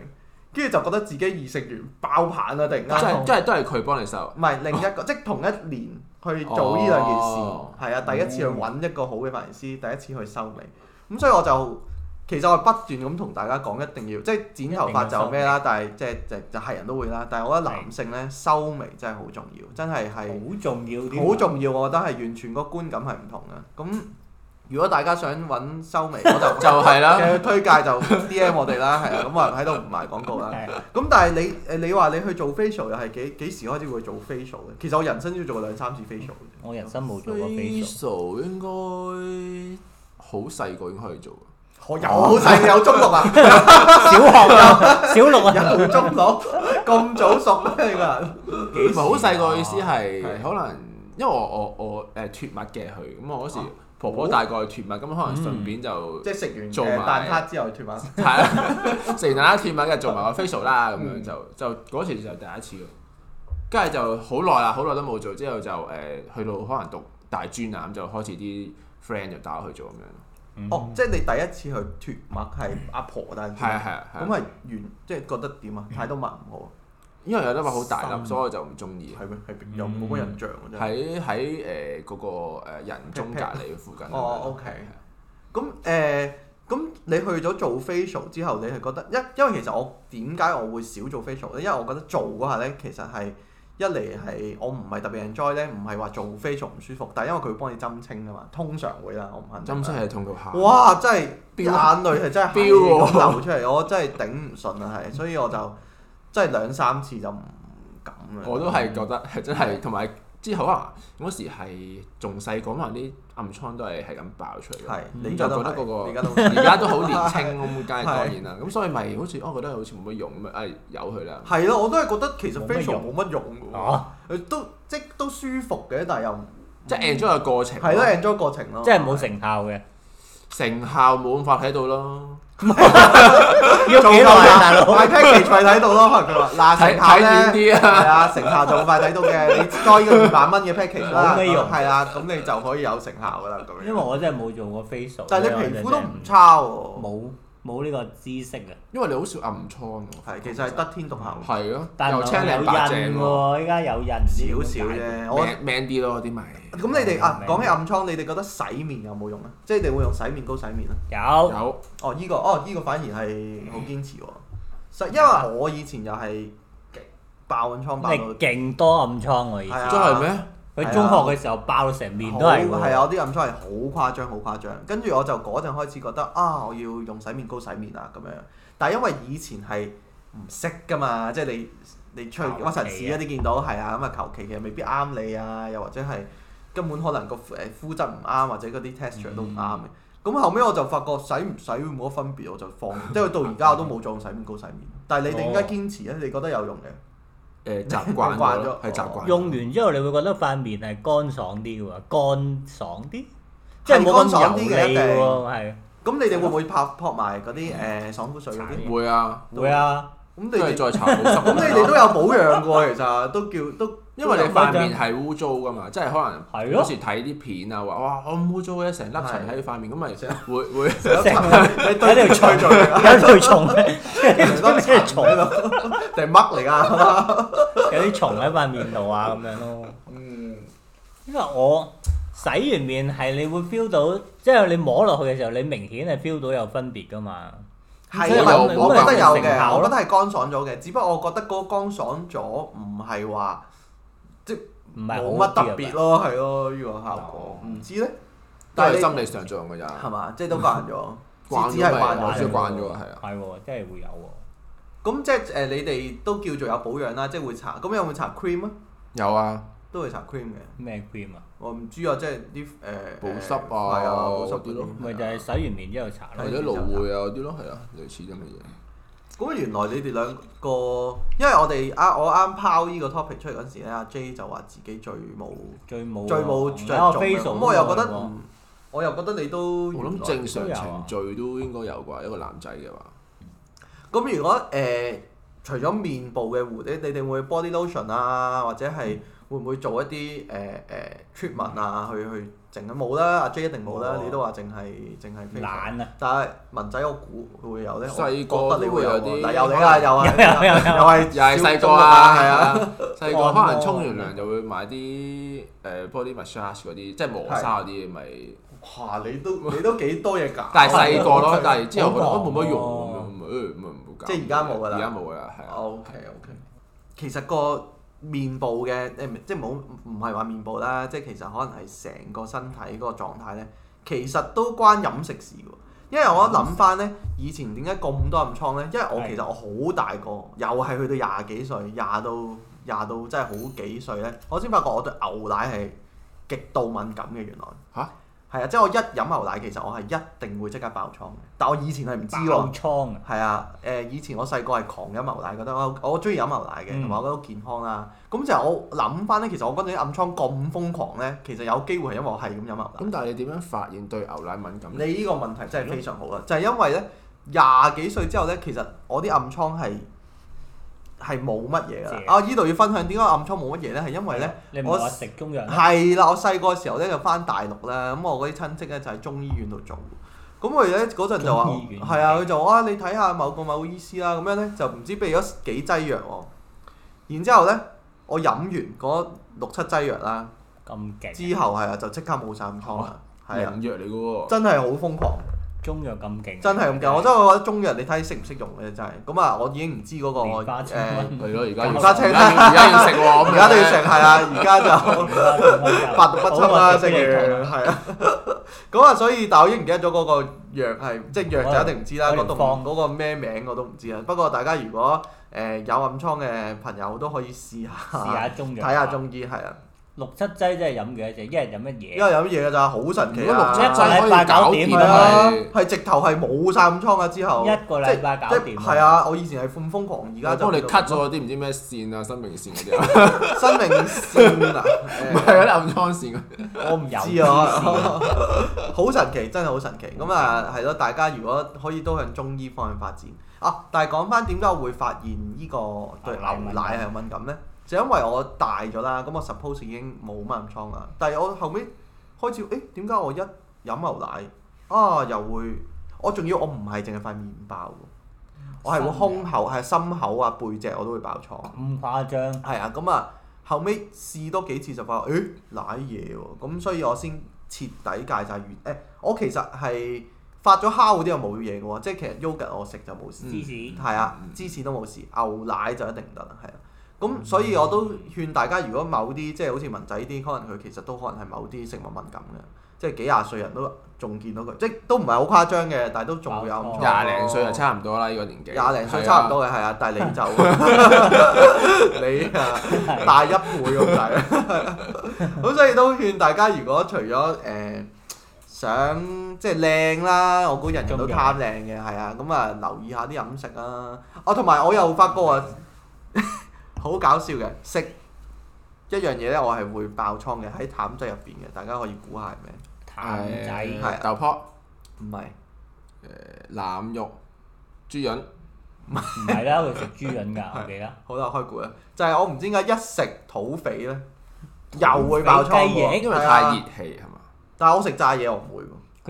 Speaker 1: 跟住就覺得自己異性緣爆棚啊啦！突然
Speaker 2: 即係
Speaker 1: 間，
Speaker 2: 即係都係佢幫你收。
Speaker 1: 唔係另一 個，即係同一年去做呢兩件事
Speaker 2: 哦，
Speaker 1: 係啊，第一次去揾一個好嘅髮型師，第一次去修眉，咁所以我就其實我係不斷咁同大家講，一定要即係剪頭髮就咩啦，但係即係就就係人都會啦，但係我覺得男性
Speaker 2: 嗯
Speaker 1: 呢，修眉真係好重要，真係係。
Speaker 3: 好重要啲，
Speaker 1: 好重要，我覺得係完全個觀感係唔同嘅。咁如果大家想揾修眉，我就
Speaker 2: 就係 啦，
Speaker 1: 嘅推介就 D M 我哋啦，係啊，咁我喺度唔賣廣告啦。
Speaker 3: 係。
Speaker 1: 咁但係你誒你話你去做 facial 又係幾幾時開始會做 facial 嘅？其實我人生都要做過兩三次 facial 嘅
Speaker 3: 我人生冇做過 facial，
Speaker 2: facial 應該好細個已經可以做。
Speaker 1: 啫。哦
Speaker 3: 哦
Speaker 1: 我有好細有中六啊，
Speaker 3: 小學就小六啊，
Speaker 1: 有中六咁早熟咩？你個人
Speaker 2: 唔係好細個嘅意思係
Speaker 1: 啊係
Speaker 2: 可能，因為我我我誒脱襪嘅佢，咁我嗰時
Speaker 1: 哦
Speaker 2: 婆婆帶過去脱襪，咁可能順便就
Speaker 1: 即係食完
Speaker 2: 做
Speaker 1: 誒
Speaker 2: 埋
Speaker 1: 蛋撻之後脱馬。
Speaker 2: 係啦， 食完大家脱襪嘅做埋個 facial 啦，咁
Speaker 1: 嗯
Speaker 2: 樣就就嗰時就第一次咯。跟住就好耐啦，好耐都冇做，之後就誒呃去到可能讀大專啊，咁就開始啲 friend 就帶我去做咁樣。
Speaker 1: 哦，即係你第一次去脱馬係阿婆帶你脱
Speaker 2: 係啊
Speaker 1: 襪，
Speaker 2: 係啊係
Speaker 1: 嗯咁係
Speaker 2: 啊。
Speaker 1: 完即係覺得點啊？太多襪唔好啊。
Speaker 2: 因為有得話好大粒，
Speaker 3: 心
Speaker 2: 所以我就唔中意。
Speaker 1: 係咩？係
Speaker 2: 嗯
Speaker 1: 邊有冇乜印象啊嘅啫。
Speaker 2: 喺喺誒嗰個誒人中隔離附近。啊
Speaker 1: 哦，OK 咁誒，咁你去咗做 facial 之後，你係覺得因因為其實我點解我會少做 facial 咧？因為我覺得做嗰下咧，其實係一嚟係我唔係特別 enjoy 咧，唔係話做 facial 唔舒服，但係因為佢會幫你針清啊嘛，通常會啦，我唔肯定
Speaker 2: 針出係痛到喊。
Speaker 1: 哇！真係
Speaker 2: 飆啊
Speaker 1: 眼淚係真係
Speaker 2: 飆
Speaker 1: 係
Speaker 2: 喎
Speaker 1: 咁流出嚟，我真係頂唔順啊，
Speaker 2: 嗯
Speaker 1: 係，所以我就真係兩三次就唔敢啦。
Speaker 2: 我都係覺得係真係，同埋之後啊，嗰時係仲細個，可能啲暗瘡都係係咁爆出嚟嘅。
Speaker 1: 係，
Speaker 3: 嗯
Speaker 1: 你而
Speaker 2: 咁嗯就
Speaker 1: 家
Speaker 2: 覺
Speaker 1: 都
Speaker 2: 得嗰
Speaker 1: 係你而家都
Speaker 2: 個而家都好年青，咁梗 係
Speaker 1: 係
Speaker 2: 當然啦。咁所以咪好似我覺得好似冇乜用咁啊，誒由佢啦。
Speaker 1: 係咯，我都係覺得其實
Speaker 3: 冇乜
Speaker 1: facial
Speaker 3: 用
Speaker 1: 冇乜用㗎喎
Speaker 3: 啊，
Speaker 1: 佢都即都舒服嘅，但係又唔
Speaker 2: 即係 enjoy 個過程。
Speaker 1: 係咯 enjoy 過程咯，
Speaker 3: 即係冇成效 嘅，
Speaker 2: 成效冇咁快睇到咯。
Speaker 3: 要
Speaker 1: 做
Speaker 3: 幾
Speaker 1: 夠
Speaker 3: 耐啊，大
Speaker 1: 啦，
Speaker 3: 佬？
Speaker 1: 買 package 咪睇到咯，可能佢話嗱
Speaker 2: 睇
Speaker 1: 成效
Speaker 2: 睇遠
Speaker 1: 咧。
Speaker 2: 啲啊！
Speaker 1: 係啊，成效就好快睇到 嘅。你開呢個二萬蚊嘅 package 啦，
Speaker 3: 冇咩用
Speaker 1: 係啦，咁你就可以有成效噶啦咁樣。
Speaker 3: 因為我真係冇做過 facial，
Speaker 1: 但係你皮膚都唔差喎，
Speaker 3: 冇冇呢個知識啊。
Speaker 2: 因為你好少暗瘡喎。
Speaker 1: 係其實係得天獨厚，
Speaker 2: 係咯，
Speaker 3: 但係
Speaker 2: 又青
Speaker 3: 有
Speaker 2: 靚白淨
Speaker 3: 印
Speaker 2: 喎，
Speaker 3: 喎，依家有印
Speaker 1: 少少啫。我
Speaker 2: man man 啲咯啲咪。
Speaker 1: 咁你哋啊，講起暗瘡，你哋覺得洗面有冇用啊？即係你會用洗面膏洗面啊？
Speaker 3: 有
Speaker 2: 有
Speaker 1: 哦，依、個哦，依、個反而係好堅持喎。實因為我以前又係爆緊瘡爆
Speaker 3: 你
Speaker 1: 到，
Speaker 3: 勁多暗瘡喎，以前
Speaker 1: 係啊
Speaker 2: 真係咩？
Speaker 3: 佢中學嘅時候爆到成面都係
Speaker 1: 好
Speaker 3: 喎。
Speaker 1: 係啊！我啲暗瘡係好誇張，好誇張。跟住我就嗰陣開始覺得啊，我要用洗面膏洗面啊咁樣。但係因為以前係唔識噶嘛，即係你你出去
Speaker 3: 求其
Speaker 1: 屈臣氏嗰啲見到係啊，咁啊求其其實未必啱你啊，又或者係根本可能個誒膚質唔啱，或者嗰啲 texture
Speaker 3: 嗯
Speaker 1: 都唔啱嘅。咁、後尾我就發覺洗唔洗會冇乜分別，我就 放，即係到而家我都冇再用洗面膏洗面。但係你哋點解堅持咧？啊你覺得有用嘅？
Speaker 2: 誒習慣
Speaker 1: 慣
Speaker 2: 咗，
Speaker 1: 咗
Speaker 2: 係習慣咗。
Speaker 3: 用完之後，你會覺得塊面係乾爽啲嘅喎，乾爽啲，即係
Speaker 1: 係
Speaker 3: 冇
Speaker 1: 乾爽
Speaker 3: 咁
Speaker 1: 啲
Speaker 3: 油
Speaker 1: 嘅一
Speaker 3: 膩
Speaker 1: 定
Speaker 3: 嘅喎，係。
Speaker 1: 咁你哋會唔會拍撲埋嗰啲誒爽膚水嗰啲？咁
Speaker 2: 會啊，
Speaker 3: 會啊，
Speaker 1: 你
Speaker 2: 都係
Speaker 1: 哋
Speaker 2: 再搽保 濕。
Speaker 1: 咁你哋都有保養過，其實都叫都，
Speaker 2: 因為你塊面係污糟噶嘛，即係可
Speaker 3: 係
Speaker 2: 能
Speaker 3: 咯
Speaker 2: 有時睇啲片啊，話哇我唔污糟嘅，成粒塵喺塊面，咁咪會會
Speaker 1: 成日都你
Speaker 3: 喺
Speaker 1: 對
Speaker 3: 度
Speaker 1: 住
Speaker 3: 吹咗
Speaker 1: 吹
Speaker 3: 有
Speaker 1: 咗
Speaker 3: 條蟲，
Speaker 1: 成多
Speaker 3: 有
Speaker 1: 塵
Speaker 3: 蟲，
Speaker 1: 喺度，定乜嚟㗎？
Speaker 3: 有啲蟲喺塊面度啊咁樣咯。
Speaker 1: 嗯，
Speaker 3: 因為我洗完面係你會 feel 到，即係你摸落去嘅時候，你明顯係 feel 到有分別噶嘛。
Speaker 1: 係
Speaker 3: 所以
Speaker 2: 有
Speaker 1: 有，
Speaker 2: 冇
Speaker 1: 我覺得有
Speaker 3: 成
Speaker 1: 嘅，
Speaker 3: 效
Speaker 1: 我
Speaker 3: 咯
Speaker 1: 覺得係乾爽咗嘅，只不過我覺得嗰個乾爽咗唔係話
Speaker 3: 唔係
Speaker 1: 冇
Speaker 3: 好
Speaker 1: 乜特別。咯，係咯，呢個效果
Speaker 3: 嗯
Speaker 1: 唔知咧，
Speaker 2: 都係
Speaker 1: 但係
Speaker 2: 心理上作用㗎咋。
Speaker 1: 係嘛？即係都慣 咗，
Speaker 2: 慣
Speaker 1: 只
Speaker 2: 咗
Speaker 1: 只係
Speaker 2: 咪
Speaker 1: 慣
Speaker 2: 我
Speaker 1: 咗
Speaker 2: 知
Speaker 1: 啫
Speaker 2: 道。慣咗啊係啊
Speaker 3: 係喎，真係會有喎。
Speaker 1: 咁即係誒，你哋都叫做有保養啦，即係會搽。咁有冇搽 cream 啊？
Speaker 2: 有啊，
Speaker 1: 都會搽 cream 嘅。
Speaker 3: 咩 cream 啊？
Speaker 1: 我唔知啊，即係啲誒
Speaker 2: 保濕啊
Speaker 1: 係啊，保濕嗰
Speaker 2: 嗰啲咯
Speaker 1: 啲。
Speaker 3: 咪就係
Speaker 1: 嗯
Speaker 3: 洗完面之後搽
Speaker 2: 或
Speaker 3: 咯。
Speaker 2: 者蘆薈啊嗰啲咯，係啊，類似咁嘅嘢。
Speaker 1: 咁原來你哋兩個，因為我哋啱我啱拋呢個 topic 出嚟嗰陣時咧，阿 J 就話自己最冇
Speaker 3: 最冇
Speaker 1: 最冇
Speaker 3: 最
Speaker 1: 着重嘅，
Speaker 3: facial
Speaker 1: 咁我又
Speaker 3: 都
Speaker 1: 覺得
Speaker 3: 冇啊喎
Speaker 1: 唔，我又覺得你都
Speaker 2: 我諗
Speaker 1: 正。
Speaker 2: 正常程序都應該有啩，一個男仔嘅話。
Speaker 1: 咁如果誒除咗面部嘅護，你你哋會 body lotion 啊，或者
Speaker 3: 嗯
Speaker 1: 係會唔會做一啲誒誒 treatment 啊，去去整啊？冇啦，阿 J 一定冇
Speaker 3: 冇，
Speaker 1: 啦
Speaker 3: 啊
Speaker 1: 你都話淨係淨係 facial
Speaker 3: 懶啊。
Speaker 1: 但係文仔我估會有咧，我
Speaker 2: 細
Speaker 1: 覺
Speaker 2: 個
Speaker 1: 得你會
Speaker 2: 都會有
Speaker 1: 有
Speaker 2: 啲
Speaker 1: 啲，嗱有你啦，有啊，
Speaker 3: 有有有
Speaker 1: 又係
Speaker 2: 又係細個
Speaker 1: 啦，係
Speaker 2: 啦，係
Speaker 1: 啊，
Speaker 2: 啊，細 個可能沖完
Speaker 3: 按摩
Speaker 2: 涼就會買啲誒 body massage 嗰啲，即係磨砂嗰啲咪。
Speaker 1: 哇！你都 你都幾多嘢搞，
Speaker 2: 但係細個咯，但係之後覺得
Speaker 3: 好忙
Speaker 2: 都冇乜用咁
Speaker 3: 喎
Speaker 2: 樣，誒咪唔好搞。
Speaker 1: 即係而家冇㗎啦哦
Speaker 2: 而家冇㗎啦，係啊。
Speaker 1: O K O K，其實個面部嘅誒，即係冇唔係話面部啦，即係其實可能係成個身體嗰個狀態咧，其實都關飲食事喎。因為我一諗翻咧，以前點解咁多暗瘡咧？因為我
Speaker 3: 係
Speaker 1: 其實我好大個，又係去到廿幾歲，廿到廿到真係好幾歲咧，我先發覺我對牛奶係極度敏感嘅原來。
Speaker 2: 吓？
Speaker 1: 係啊，即係我一飲牛奶，其實我係一定會即刻爆瘡嘅。但我以前係唔知喎
Speaker 3: 爆。瘡啊！
Speaker 1: 係啊，誒、以前我細個係狂飲牛奶，覺得我我中意飲牛奶嘅，
Speaker 3: 嗯
Speaker 1: 同埋我覺得好健康啦。咁就係我諗翻咧，其實我嗰陣暗瘡咁瘋狂咧，其實有機會係因為我係咁飲牛奶。
Speaker 2: 咁但係你點樣發現對牛奶敏感？
Speaker 1: 你呢個問題真係非常好啦，就係因為咧廿幾歲之後咧，其實我啲暗瘡係係冇乜嘢㗎啦。
Speaker 3: 謝
Speaker 1: 啊，依度要分享點解暗瘡冇乜嘢咧？係因為咧。
Speaker 3: 你唔
Speaker 1: 我
Speaker 3: 係話食中藥咩？
Speaker 1: 係啦，我細個嘅時候咧就翻大陸啦，咁我嗰啲親戚咧就喺中醫院度做，咁佢咧嗰陣就話
Speaker 3: 中醫院
Speaker 1: 係啊，佢就話啊你睇下某個某個醫師啦，咁樣咧就唔知俾咗幾劑藥我，然之後咧我飲完嗰六七劑藥啦，
Speaker 3: 咁勁，
Speaker 1: 之後係啊就即刻冇晒暗瘡啦，係啊，
Speaker 2: 名藥嚟嘅喎。
Speaker 1: 真係好瘋狂。
Speaker 3: 中藥咁勁，啊
Speaker 1: 真係咁嘅，我 真係覺得中藥你睇適唔適用嘅真係。咁啊，我已經唔知嗰個
Speaker 3: 蓮花清
Speaker 1: 誒，
Speaker 3: 瘟
Speaker 2: 係咯，而家要
Speaker 1: 蓮花清
Speaker 2: 而家要而家要食喎，咁
Speaker 1: 而家都要
Speaker 2: 樣
Speaker 1: 食係啊，而家 就。
Speaker 3: 啊
Speaker 1: 百毒不侵啦，正如
Speaker 3: 嘅。
Speaker 1: 係啊。咁啊，所以但我已經唔記得咗嗰個藥係，即係藥就一定唔知啦，
Speaker 3: 我哋
Speaker 1: 嗰度
Speaker 3: 放
Speaker 1: 嗰個咩名我都唔知啦。不過大家如果誒有暗瘡嘅朋友都可以試下，
Speaker 3: 試下中藥，
Speaker 1: 睇下中醫係啊，
Speaker 3: 六七劑真係飲幾多隻？一日飲乜
Speaker 1: 因為
Speaker 3: 嘢？
Speaker 1: 有嘢㗎咋，好神奇
Speaker 2: 如果
Speaker 1: 啊！
Speaker 2: 六七
Speaker 3: 一個
Speaker 2: 劑可
Speaker 3: 禮
Speaker 2: 以
Speaker 3: 拜
Speaker 2: 搞
Speaker 3: 搞
Speaker 2: 掂
Speaker 3: 掂
Speaker 1: 係啊
Speaker 2: 係，
Speaker 1: 係直頭係冇晒暗瘡啊！之後
Speaker 3: 一個禮拜搞
Speaker 1: 即
Speaker 3: 掂。
Speaker 1: 係啊！我以前係咁瘋狂，而家就
Speaker 2: 幫你 cut 咗啲唔知咩線啊、生命線嗰啲啊，
Speaker 1: 生命線啊！
Speaker 2: 唔係嗰啲暗瘡線嗰啲。
Speaker 1: 我唔知
Speaker 3: 有
Speaker 1: 啊， 好神奇，真係好神奇。咁啊，係咯，大家如果可以都向中醫方向發展啊。但係講翻點解我會發現呢個對牛啊奶係有敏感呢？就因為我大咗啦，咁我 suppose 已經冇乜暗瘡啦。但係我後尾開始，誒點解我一飲牛奶啊又會？我仲要我唔係淨係塊面爆喎，我係會胸口、係心口啊、背脊我都會爆瘡。
Speaker 3: 咁誇張，
Speaker 1: 係啊，咁啊，後尾試多幾次就發覺，誒，舐嘢喎，咁所以我先徹底戒晒原誒，我其實係發咗酵嗰啲又冇嘢嘅喎，嗯即係其實 yogurt 我食就冇事，
Speaker 3: 芝士
Speaker 1: 係啊
Speaker 2: 嗯，
Speaker 1: 芝士都冇事，牛奶就一定唔得啦，係啊，咁所以我都勸大家，如果某啲即係好似文仔啲，可能佢其實都可能係某啲食物敏感嘅，即係幾廿歲人都仲見到佢，即係都唔係好誇張嘅，但係都仲會有唔錯
Speaker 2: 哦廿零歲就差唔多啦，呢個年紀。
Speaker 1: 哦廿零歲差唔多嘅係啊，但係 你就你啊大一倍咁滯， 咁所以都勸大家，如果除咗誒、呃想即係靚啦，我估人人都貪靚嘅，係啊，咁啊留意下啲飲食啦。哦，同埋我又發覺啊， 好搞笑嘅，食一樣嘢咧，我係會爆倉嘅喺淡仔入邊嘅，大家可以估下係啊咩？
Speaker 3: 譚仔
Speaker 2: 誒
Speaker 1: 係
Speaker 2: 啊豆泡、
Speaker 1: 唔係
Speaker 2: 誒腩肉、豬潤。
Speaker 3: 唔係啦，佢食豬潤 㗎，我記得。
Speaker 1: 好啦，開估啦，就係我唔知點解一食土匪咧，又會爆倉
Speaker 3: 土
Speaker 1: 喎
Speaker 3: 匪雞翼
Speaker 2: 因為
Speaker 1: 係
Speaker 2: 太
Speaker 1: 啊
Speaker 2: 熱氣係嘛？
Speaker 1: 但係我食炸嘢我唔會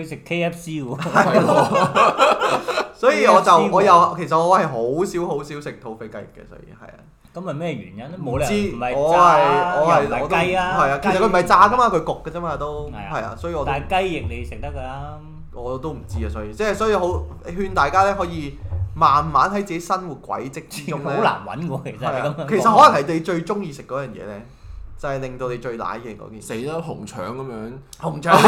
Speaker 1: 喎，
Speaker 3: 佢食 K F C 喎，
Speaker 2: 係喎，
Speaker 1: 所以我就
Speaker 3: KFC 喎
Speaker 1: 我又其實我係好少好少食土匪雞翼嘅，所以係啊，
Speaker 3: 咁係咩原因咧？
Speaker 1: 唔
Speaker 3: 冇理
Speaker 1: 知
Speaker 3: 由唔係
Speaker 1: 我
Speaker 3: 炸，
Speaker 1: 係我
Speaker 3: 又唔
Speaker 1: 係我都
Speaker 3: 係雞啊。
Speaker 1: 係啊，其實佢唔係炸噶，嘛，佢焗嘅啫嘛都
Speaker 3: 係啊
Speaker 1: 係啊，所以我都
Speaker 3: 但係雞翼你食得㗎啦。
Speaker 1: 我都唔知啊，所以即係所以好勸大家咧可以慢慢喺自己生活軌跡 之
Speaker 3: 好
Speaker 1: 中咧，
Speaker 3: 難揾喎，其實
Speaker 1: 係
Speaker 3: 你咁
Speaker 1: 啊
Speaker 3: 樣講
Speaker 1: 其實可能係你最中意食嗰樣嘢咧，就係令到你最奶嘅嗰件
Speaker 2: 死
Speaker 1: 事。
Speaker 2: 啦！紅腸咁樣，
Speaker 1: 紅腸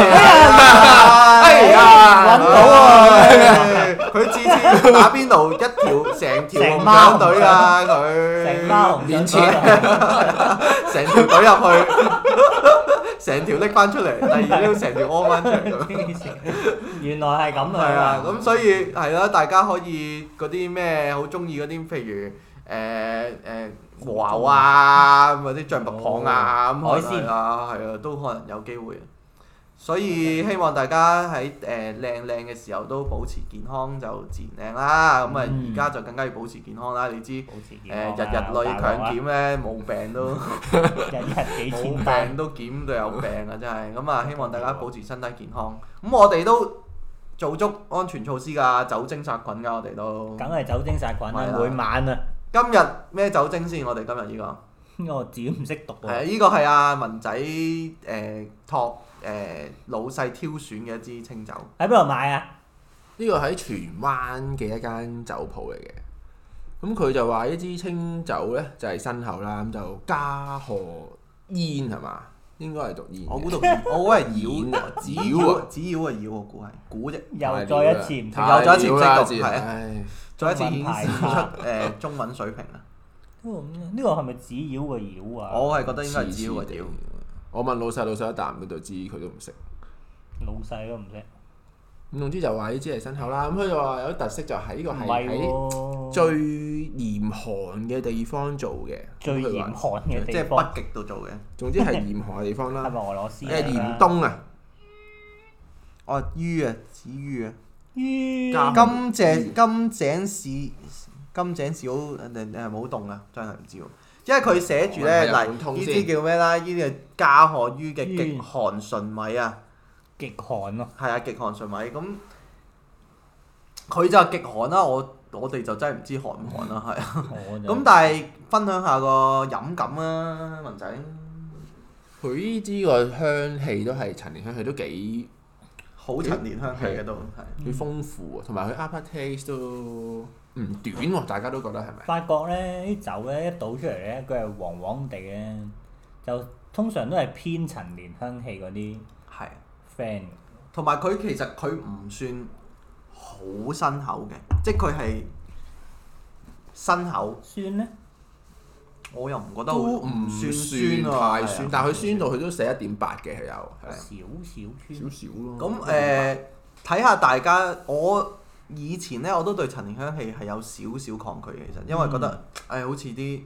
Speaker 1: 哎
Speaker 2: 呀
Speaker 3: 揾到啊！
Speaker 1: 唉 佢次次打邊爐一條成條
Speaker 3: 成
Speaker 1: 紅
Speaker 3: 包
Speaker 1: 腸隊啊，佢
Speaker 3: 成包紅腸
Speaker 2: 面
Speaker 3: 水
Speaker 2: 前
Speaker 1: 成條隊入去， 成條拎翻出嚟，第二條成條屙翻出嚟咁。
Speaker 3: 黐線 原來係咁樣
Speaker 1: 係啊，咁所
Speaker 3: 以
Speaker 1: 以係啦，大家可以嗰啲咩好中意嗰啲，譬如誒誒和牛啊，或者象拔蚌啊，咁
Speaker 3: 嗯哦
Speaker 1: 可能係啊，係啊，都可能有機會。所以希望大家喺誒靚靚嘅時候都保持健康就自然靚啦。咁啊，
Speaker 3: 嗯
Speaker 1: 而家就更加要保持健康啦。你知誒
Speaker 3: 保持
Speaker 1: 日
Speaker 3: 健康
Speaker 1: 日
Speaker 3: 啊
Speaker 1: 累強，檢咧，冇病都〜
Speaker 3: 大鑊啊日日幾
Speaker 1: 冇
Speaker 3: 千
Speaker 1: 病
Speaker 3: 單，
Speaker 1: 都檢到有病啊！真係咁啊，希望大家保持身體健康。咁我哋都做足安全措施㗎，酒精殺菌㗎，我哋都。
Speaker 3: 梗係酒精殺菌啦
Speaker 1: 係，啊
Speaker 3: 每晚啊，
Speaker 1: 今日咩酒精先？我哋今日呢
Speaker 3: 我自己唔識讀
Speaker 1: 個係啊
Speaker 3: 喎，
Speaker 1: 呢個係阿文仔誒託誒老細挑選嘅一支清酒，
Speaker 3: 喺邊度買啊？
Speaker 2: 呢個喺荃灣嘅一間酒鋪嚟嘅。咁佢就話一支清酒咧就係新口啦，咁就加賀煙係嘛？應該係讀煙嘅。
Speaker 1: 我估到我估係 妖
Speaker 2: 妖
Speaker 1: 紙
Speaker 2: 妖啊
Speaker 1: 妖紙妖啊妖，我估係估啫。
Speaker 3: 又再一次唔識
Speaker 1: 太又
Speaker 3: 讀，
Speaker 1: 再一次唔識讀
Speaker 2: 識
Speaker 1: 係啊
Speaker 2: 唉，
Speaker 1: 再一次顯
Speaker 3: 中文牌
Speaker 1: 示出誒中文水平 啊！
Speaker 3: 呢個係咪紙妖個妖啊？
Speaker 1: 我係覺得應該係紙妖啊妖。
Speaker 2: 我問老細，老細一啖佢就知佢都唔識。
Speaker 3: 老細都唔識，
Speaker 2: 咁總之就話呢支係新口啦。咁佢就話有啲特色就係呢個
Speaker 3: 唔
Speaker 2: 係
Speaker 3: 係
Speaker 2: 喺
Speaker 3: 喎，
Speaker 2: 最嚴寒嘅地方做嘅。
Speaker 3: 最
Speaker 2: 咁佢話
Speaker 3: 嚴寒嘅
Speaker 1: 即
Speaker 3: 地
Speaker 1: 係
Speaker 3: 方
Speaker 1: 北極度做嘅，
Speaker 2: 總之係嚴寒嘅地 方
Speaker 3: 係
Speaker 2: 啦。
Speaker 3: 咪啊俄羅斯
Speaker 2: 誒
Speaker 3: 嚟
Speaker 2: 嚴
Speaker 3: 㗎？
Speaker 2: 冬啊，
Speaker 1: 我係魚啊，紙魚啊。
Speaker 3: 咦
Speaker 2: 加
Speaker 1: 金井金井市金井市好誒誒冇動啊，真係唔知喎。因為佢寫住咧，
Speaker 2: 哦我係
Speaker 1: 嗱
Speaker 2: 日本通
Speaker 1: 呢
Speaker 2: 先
Speaker 1: 啲叫咩啦？呢啲係加賀於嘅極寒純米啊，
Speaker 3: 極寒咯，
Speaker 1: 係啊，極寒純米咁，佢就極寒啦，我我哋就真係唔知寒唔寒 啦，係啊。
Speaker 3: 我
Speaker 2: 嗯
Speaker 3: 就
Speaker 1: 咁但係分享下個飲感啊，文仔，
Speaker 2: 佢呢支個香氣都係陳年香氣，都幾
Speaker 1: 好陳年香氣嘅都係。
Speaker 3: 嗯
Speaker 2: 幾豐富喎，同埋佢 aftertaste 都唔短喎，大家都覺得係咪？
Speaker 3: 發覺咧啲酒咧一倒出嚟咧，佢係黃黃地咧，就通常都係偏陳年香氣嗰啲
Speaker 1: 係，
Speaker 3: friend。
Speaker 1: 同埋佢其實佢唔算好新口嘅，即係佢係新口。
Speaker 3: 酸咧，
Speaker 1: 我又唔覺得
Speaker 2: 都
Speaker 1: 好
Speaker 2: 唔
Speaker 1: 算
Speaker 2: 算
Speaker 1: 啊，
Speaker 2: 太
Speaker 1: 係
Speaker 2: 酸
Speaker 1: 啊，
Speaker 2: 但係佢酸到佢都寫一點八嘅，佢有係啊
Speaker 3: 少少
Speaker 2: 少
Speaker 3: 酸。
Speaker 2: 少咯。
Speaker 1: 咁誒，睇下大家，我以前咧我都對陳年香氣係有少少抗拒嘅，其實因為覺得誒好似啲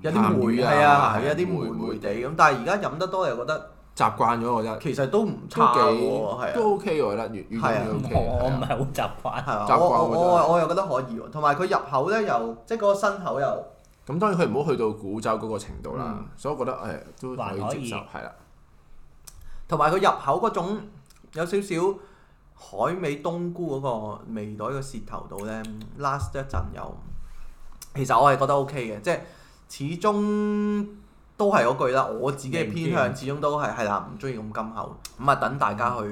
Speaker 1: 有
Speaker 3: 鹹
Speaker 1: 啲霉
Speaker 2: 嗯鹹魚啊
Speaker 1: 係啊，係
Speaker 2: 係
Speaker 1: 有啲霉霉地咁，但係而家飲得多又覺得
Speaker 2: 習慣咗，我覺得
Speaker 1: 其實都唔
Speaker 2: 都
Speaker 1: 差
Speaker 2: 幾
Speaker 1: 喎，係啊。
Speaker 2: 都 OK 我覺得粵粵
Speaker 1: 係啊
Speaker 2: 語都 OK
Speaker 3: 我哦唔
Speaker 2: 係啊。
Speaker 3: 係好習慣。
Speaker 1: 係啊，
Speaker 2: 習慣
Speaker 1: 我我
Speaker 2: 喎
Speaker 1: 我
Speaker 2: 真係
Speaker 1: 我又覺得可以喎，同埋佢入口咧又即係嗰個新口又
Speaker 2: 咁當然佢唔好去到古酒嗰個程度啦
Speaker 1: 嗯，
Speaker 2: 所以我覺得誒都
Speaker 3: 還
Speaker 2: 可
Speaker 3: 可
Speaker 2: 以
Speaker 3: 以
Speaker 2: 接受係啦。
Speaker 1: 同埋佢入口嗰種有少少海味冬菇嗰個味道喺個舌頭度咧，last 一陣又，其實我係覺得 OK 嘅，即係始終都係嗰句啦，我自己嘅偏向始終都係係啦，唔中意咁甘口，咁啊等大家去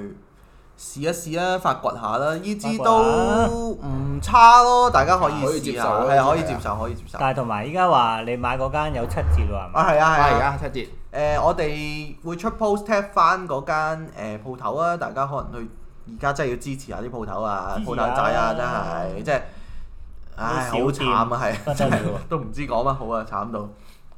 Speaker 1: 試一試啦，發掘下啦，呢支
Speaker 3: 發掘下
Speaker 1: 都唔差咯，大家可以
Speaker 2: 可以
Speaker 1: 試
Speaker 2: 接
Speaker 1: 下，
Speaker 2: 受啊
Speaker 1: 係啊可以
Speaker 2: 可以接
Speaker 1: 接受，可以接受。
Speaker 3: 但係同埋依家話你買嗰間有七折喎，係
Speaker 1: 啊
Speaker 3: 嘛？
Speaker 1: 係啊
Speaker 2: 啊
Speaker 1: 係
Speaker 2: 而
Speaker 1: 啊，
Speaker 2: 家七折，
Speaker 1: 誒、我哋會出 post tag 翻嗰間誒鋪頭啊，大家可能去而家真係要支持下啲鋪頭啊，
Speaker 3: 支持
Speaker 1: 鋪頭
Speaker 3: 啊
Speaker 1: 仔啊，真係即係，唉，好
Speaker 3: 啲小店
Speaker 1: 慘啊，係。
Speaker 3: 不得了啊！
Speaker 1: 都唔知講乜好啊，慘到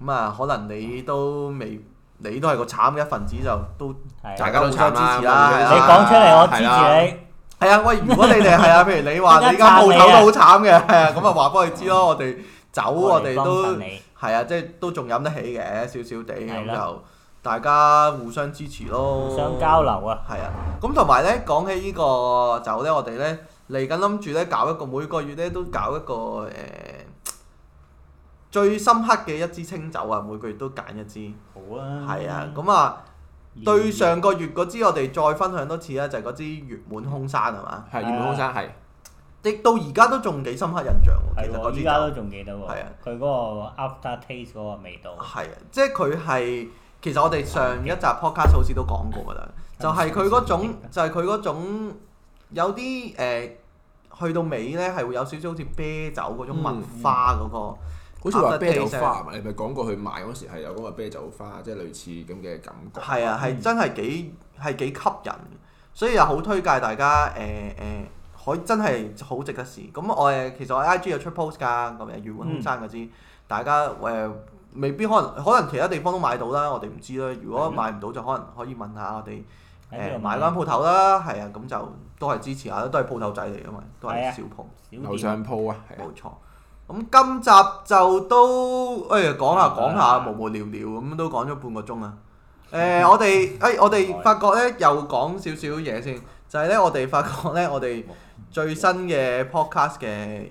Speaker 1: 咁啊！可能你都未，你都係個慘嘅一份子，就都
Speaker 3: 係
Speaker 1: 大
Speaker 2: 大
Speaker 1: 家
Speaker 2: 家
Speaker 1: 都
Speaker 2: 都
Speaker 1: 互
Speaker 2: 慘
Speaker 1: 相支
Speaker 2: 啦
Speaker 1: 持啦係
Speaker 2: 咁樣
Speaker 1: 啊
Speaker 3: 你講出嚟，我支持你。
Speaker 1: 係啊！喂，如果你哋係啊，譬如你話你間鋪頭都好慘嘅，咁啊話俾佢知咯，我哋走我哋
Speaker 3: 幫襯
Speaker 1: 都
Speaker 3: 你
Speaker 1: 係啊，即係都仲飲得起嘅，少少地
Speaker 3: 係
Speaker 1: 咁
Speaker 3: 啦
Speaker 1: 就大家互相支持咯，
Speaker 3: 互相交流啊！
Speaker 1: 係啊，咁同埋咧講起呢個酒咧，我哋咧嚟緊諗住咧搞一個每個月咧都搞一個誒、呃最深刻嘅一支清酒啊，每個月都揀一支，
Speaker 3: 好啊，
Speaker 1: 係啊，咁啊
Speaker 3: 嗯
Speaker 1: 對上個月嗰支我哋再分享多次啦，就係嗰支月滿空山係嘛，
Speaker 2: 係葉滿空山係
Speaker 1: 直到而家都仲幾深刻印象喎，
Speaker 3: 係
Speaker 1: 其實嗰
Speaker 3: 喎，
Speaker 1: 支
Speaker 3: 依家都
Speaker 1: 酒
Speaker 3: 仲記得喎。
Speaker 1: 係啊
Speaker 3: 佢嗰個 after taste 嗰個味道，
Speaker 1: 係啊，即係佢係其實我哋上一集 podcast 好似都講過㗎啦，就係佢嗰種就係佢嗰種有啲誒、呃去到尾咧係會有少少好似啤酒嗰種麥花嗰、個。
Speaker 2: 好似話啤酒花係咪？你咪講過去賣嗰時係有嗰個啤酒花，即係類似咁嘅感覺。
Speaker 1: 係啊，係真係幾係幾吸引，所以又好推介大家誒誒、可以真係好值得試。咁我誒其實我 I G 有出 post 㗎，咁誒月滿空山嗰支，大家誒、未必可能可能其他地方都買到啦，我哋唔知啦。如果買唔到就可能可以問下我哋。
Speaker 3: 喺邊
Speaker 1: 誒
Speaker 3: 度
Speaker 1: 買
Speaker 3: 買
Speaker 1: 間鋪頭啦，係啊，咁就都係支持下啦，都係鋪頭仔嚟噶嘛，都
Speaker 3: 係
Speaker 1: 係
Speaker 3: 啊
Speaker 1: 小鋪，
Speaker 3: 小
Speaker 2: 樓
Speaker 3: 店
Speaker 2: 上鋪啊，係啊
Speaker 1: 冇錯。咁今集就都誒講下講下無無聊聊咁都講咗半個鐘啊。誒、我哋誒、哎我哋發覺咧又講少少嘢先，就係、呢。咧我哋發覺咧我哋最新嘅 podcast 嘅誒、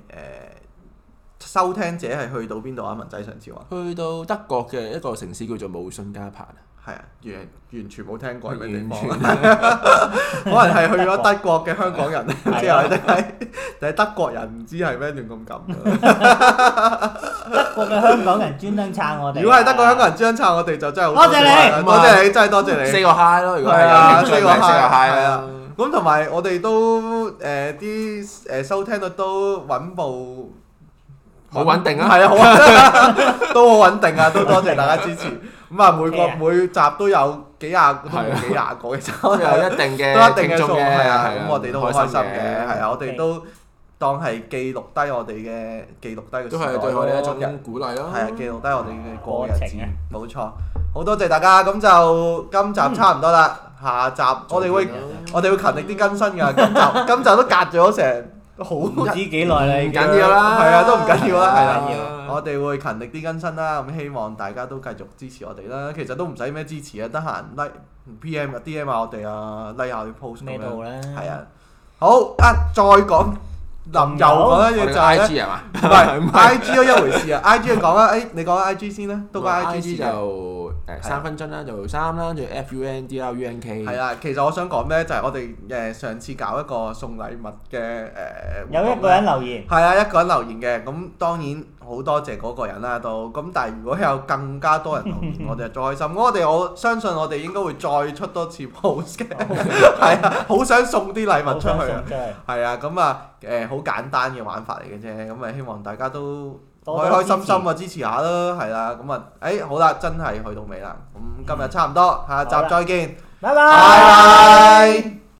Speaker 1: 收聽者係去到邊度啊？文仔上次話
Speaker 2: 去到德國嘅一個城市叫做慕遜加柏啊，
Speaker 1: 係啊，完完全冇聽過係咩地
Speaker 2: 完
Speaker 1: 方啊
Speaker 2: 全
Speaker 1: 可能係去咗德國嘅香港人，之
Speaker 3: 啊
Speaker 1: 後定係定係德國人唔知係咩亂咁撳。
Speaker 3: 德國嘅香港人專登撐我哋。啊
Speaker 1: 如果係德國香港人專撐我哋，就真係好
Speaker 3: 多謝你
Speaker 1: 啊多謝你，真係多謝
Speaker 2: 四
Speaker 1: 你。
Speaker 2: 個 high 咯，如果係
Speaker 1: 係啊
Speaker 2: 有興趣
Speaker 1: 四個
Speaker 2: 咪
Speaker 1: high，
Speaker 2: 四個 high
Speaker 1: 係
Speaker 2: 啦
Speaker 1: 啊。咁同埋我哋都誒啲誒收聽率都穩步
Speaker 2: 好穩定啊
Speaker 1: 係啊，好穩都好穩定啊，都多謝大家支持。咁啊，每個
Speaker 3: Okay 啊
Speaker 1: 每集都有幾廿都
Speaker 2: 係
Speaker 1: 冇
Speaker 2: 啊
Speaker 1: 幾廿個嘅
Speaker 2: 都
Speaker 1: 收
Speaker 2: 有
Speaker 1: 聽率
Speaker 2: 一定
Speaker 1: 都一
Speaker 2: 嘅
Speaker 1: 定
Speaker 2: 聽
Speaker 1: 嘅數
Speaker 2: 眾嘅，
Speaker 1: 係啊，
Speaker 2: 係
Speaker 1: 咁我哋都好開心嘅，係啊，我哋
Speaker 3: OK
Speaker 1: 都當係記錄低我哋嘅記錄低嘅
Speaker 2: 都
Speaker 1: 時代
Speaker 2: 係對我哋一
Speaker 1: 咯
Speaker 2: 種鼓勵咯。
Speaker 1: 係啊，記錄低我哋嘅過嘅日子
Speaker 3: 過程啊，
Speaker 1: 冇錯。好多謝大家，咁就今集差唔多啦，
Speaker 3: 嗯
Speaker 1: 下集我哋會
Speaker 2: 再見啦
Speaker 1: 我哋會勤力啲更新 㗎，今集今集都隔咗成好
Speaker 3: 唔知幾耐
Speaker 1: 嗯
Speaker 3: 啦，已
Speaker 2: 唔
Speaker 3: 經
Speaker 2: 緊要啦，
Speaker 1: 係啊，都唔緊要啦，係
Speaker 3: 唔緊
Speaker 1: 啦， 我哋會勤力啲更新啦，咁希望大家都繼續支持我哋啦。其實都唔使咩支持啊，得閒 like PM 啊 DM 下我哋啊，like 下啲 post 咁
Speaker 3: 咩都
Speaker 1: 樣
Speaker 3: 好。啦。
Speaker 1: 係啊，好啊，再講林又講一
Speaker 2: 我
Speaker 1: 嘢
Speaker 2: 哋
Speaker 1: 就
Speaker 2: 個
Speaker 1: 係
Speaker 2: I
Speaker 1: 咧，
Speaker 2: G 係嘛？
Speaker 1: 唔 係 I G 都一回事啊，I G 講啦，誒你講 I G 先啦，都講 I G
Speaker 2: G
Speaker 1: 先。
Speaker 2: 就誒三分鐘啦，就三啦，仲有 F U N D R U N K。
Speaker 1: 係啦，其實我想講咩就係我哋誒上次搞一個送禮物嘅誒活
Speaker 3: 有
Speaker 1: 動
Speaker 3: 一個
Speaker 1: 啦
Speaker 3: 人留言，
Speaker 1: 係啊，一個人留言嘅，咁當然好多謝嗰個人啦，都咁。但係如果有更加多人留 言，我哋就再開心。我哋我相信我哋應該會再出多次 post 嘅，係啊，好想送啲禮物
Speaker 3: 好
Speaker 1: 出
Speaker 3: 想
Speaker 1: 去
Speaker 3: 送
Speaker 1: 啊
Speaker 3: 出。去，
Speaker 1: 係啊，咁啊誒好簡單嘅玩法嚟嘅啫，咁啊希望大家都
Speaker 3: 多
Speaker 1: 開
Speaker 3: 多支
Speaker 1: 開
Speaker 3: 持
Speaker 1: 心心啊支持下啦，係啦，咁啊誒好啦，
Speaker 3: 嗯
Speaker 1: 真係去到尾啦，咁今日差唔多，下集
Speaker 3: 好啦
Speaker 1: 再見，
Speaker 3: 拜
Speaker 1: 拜拜。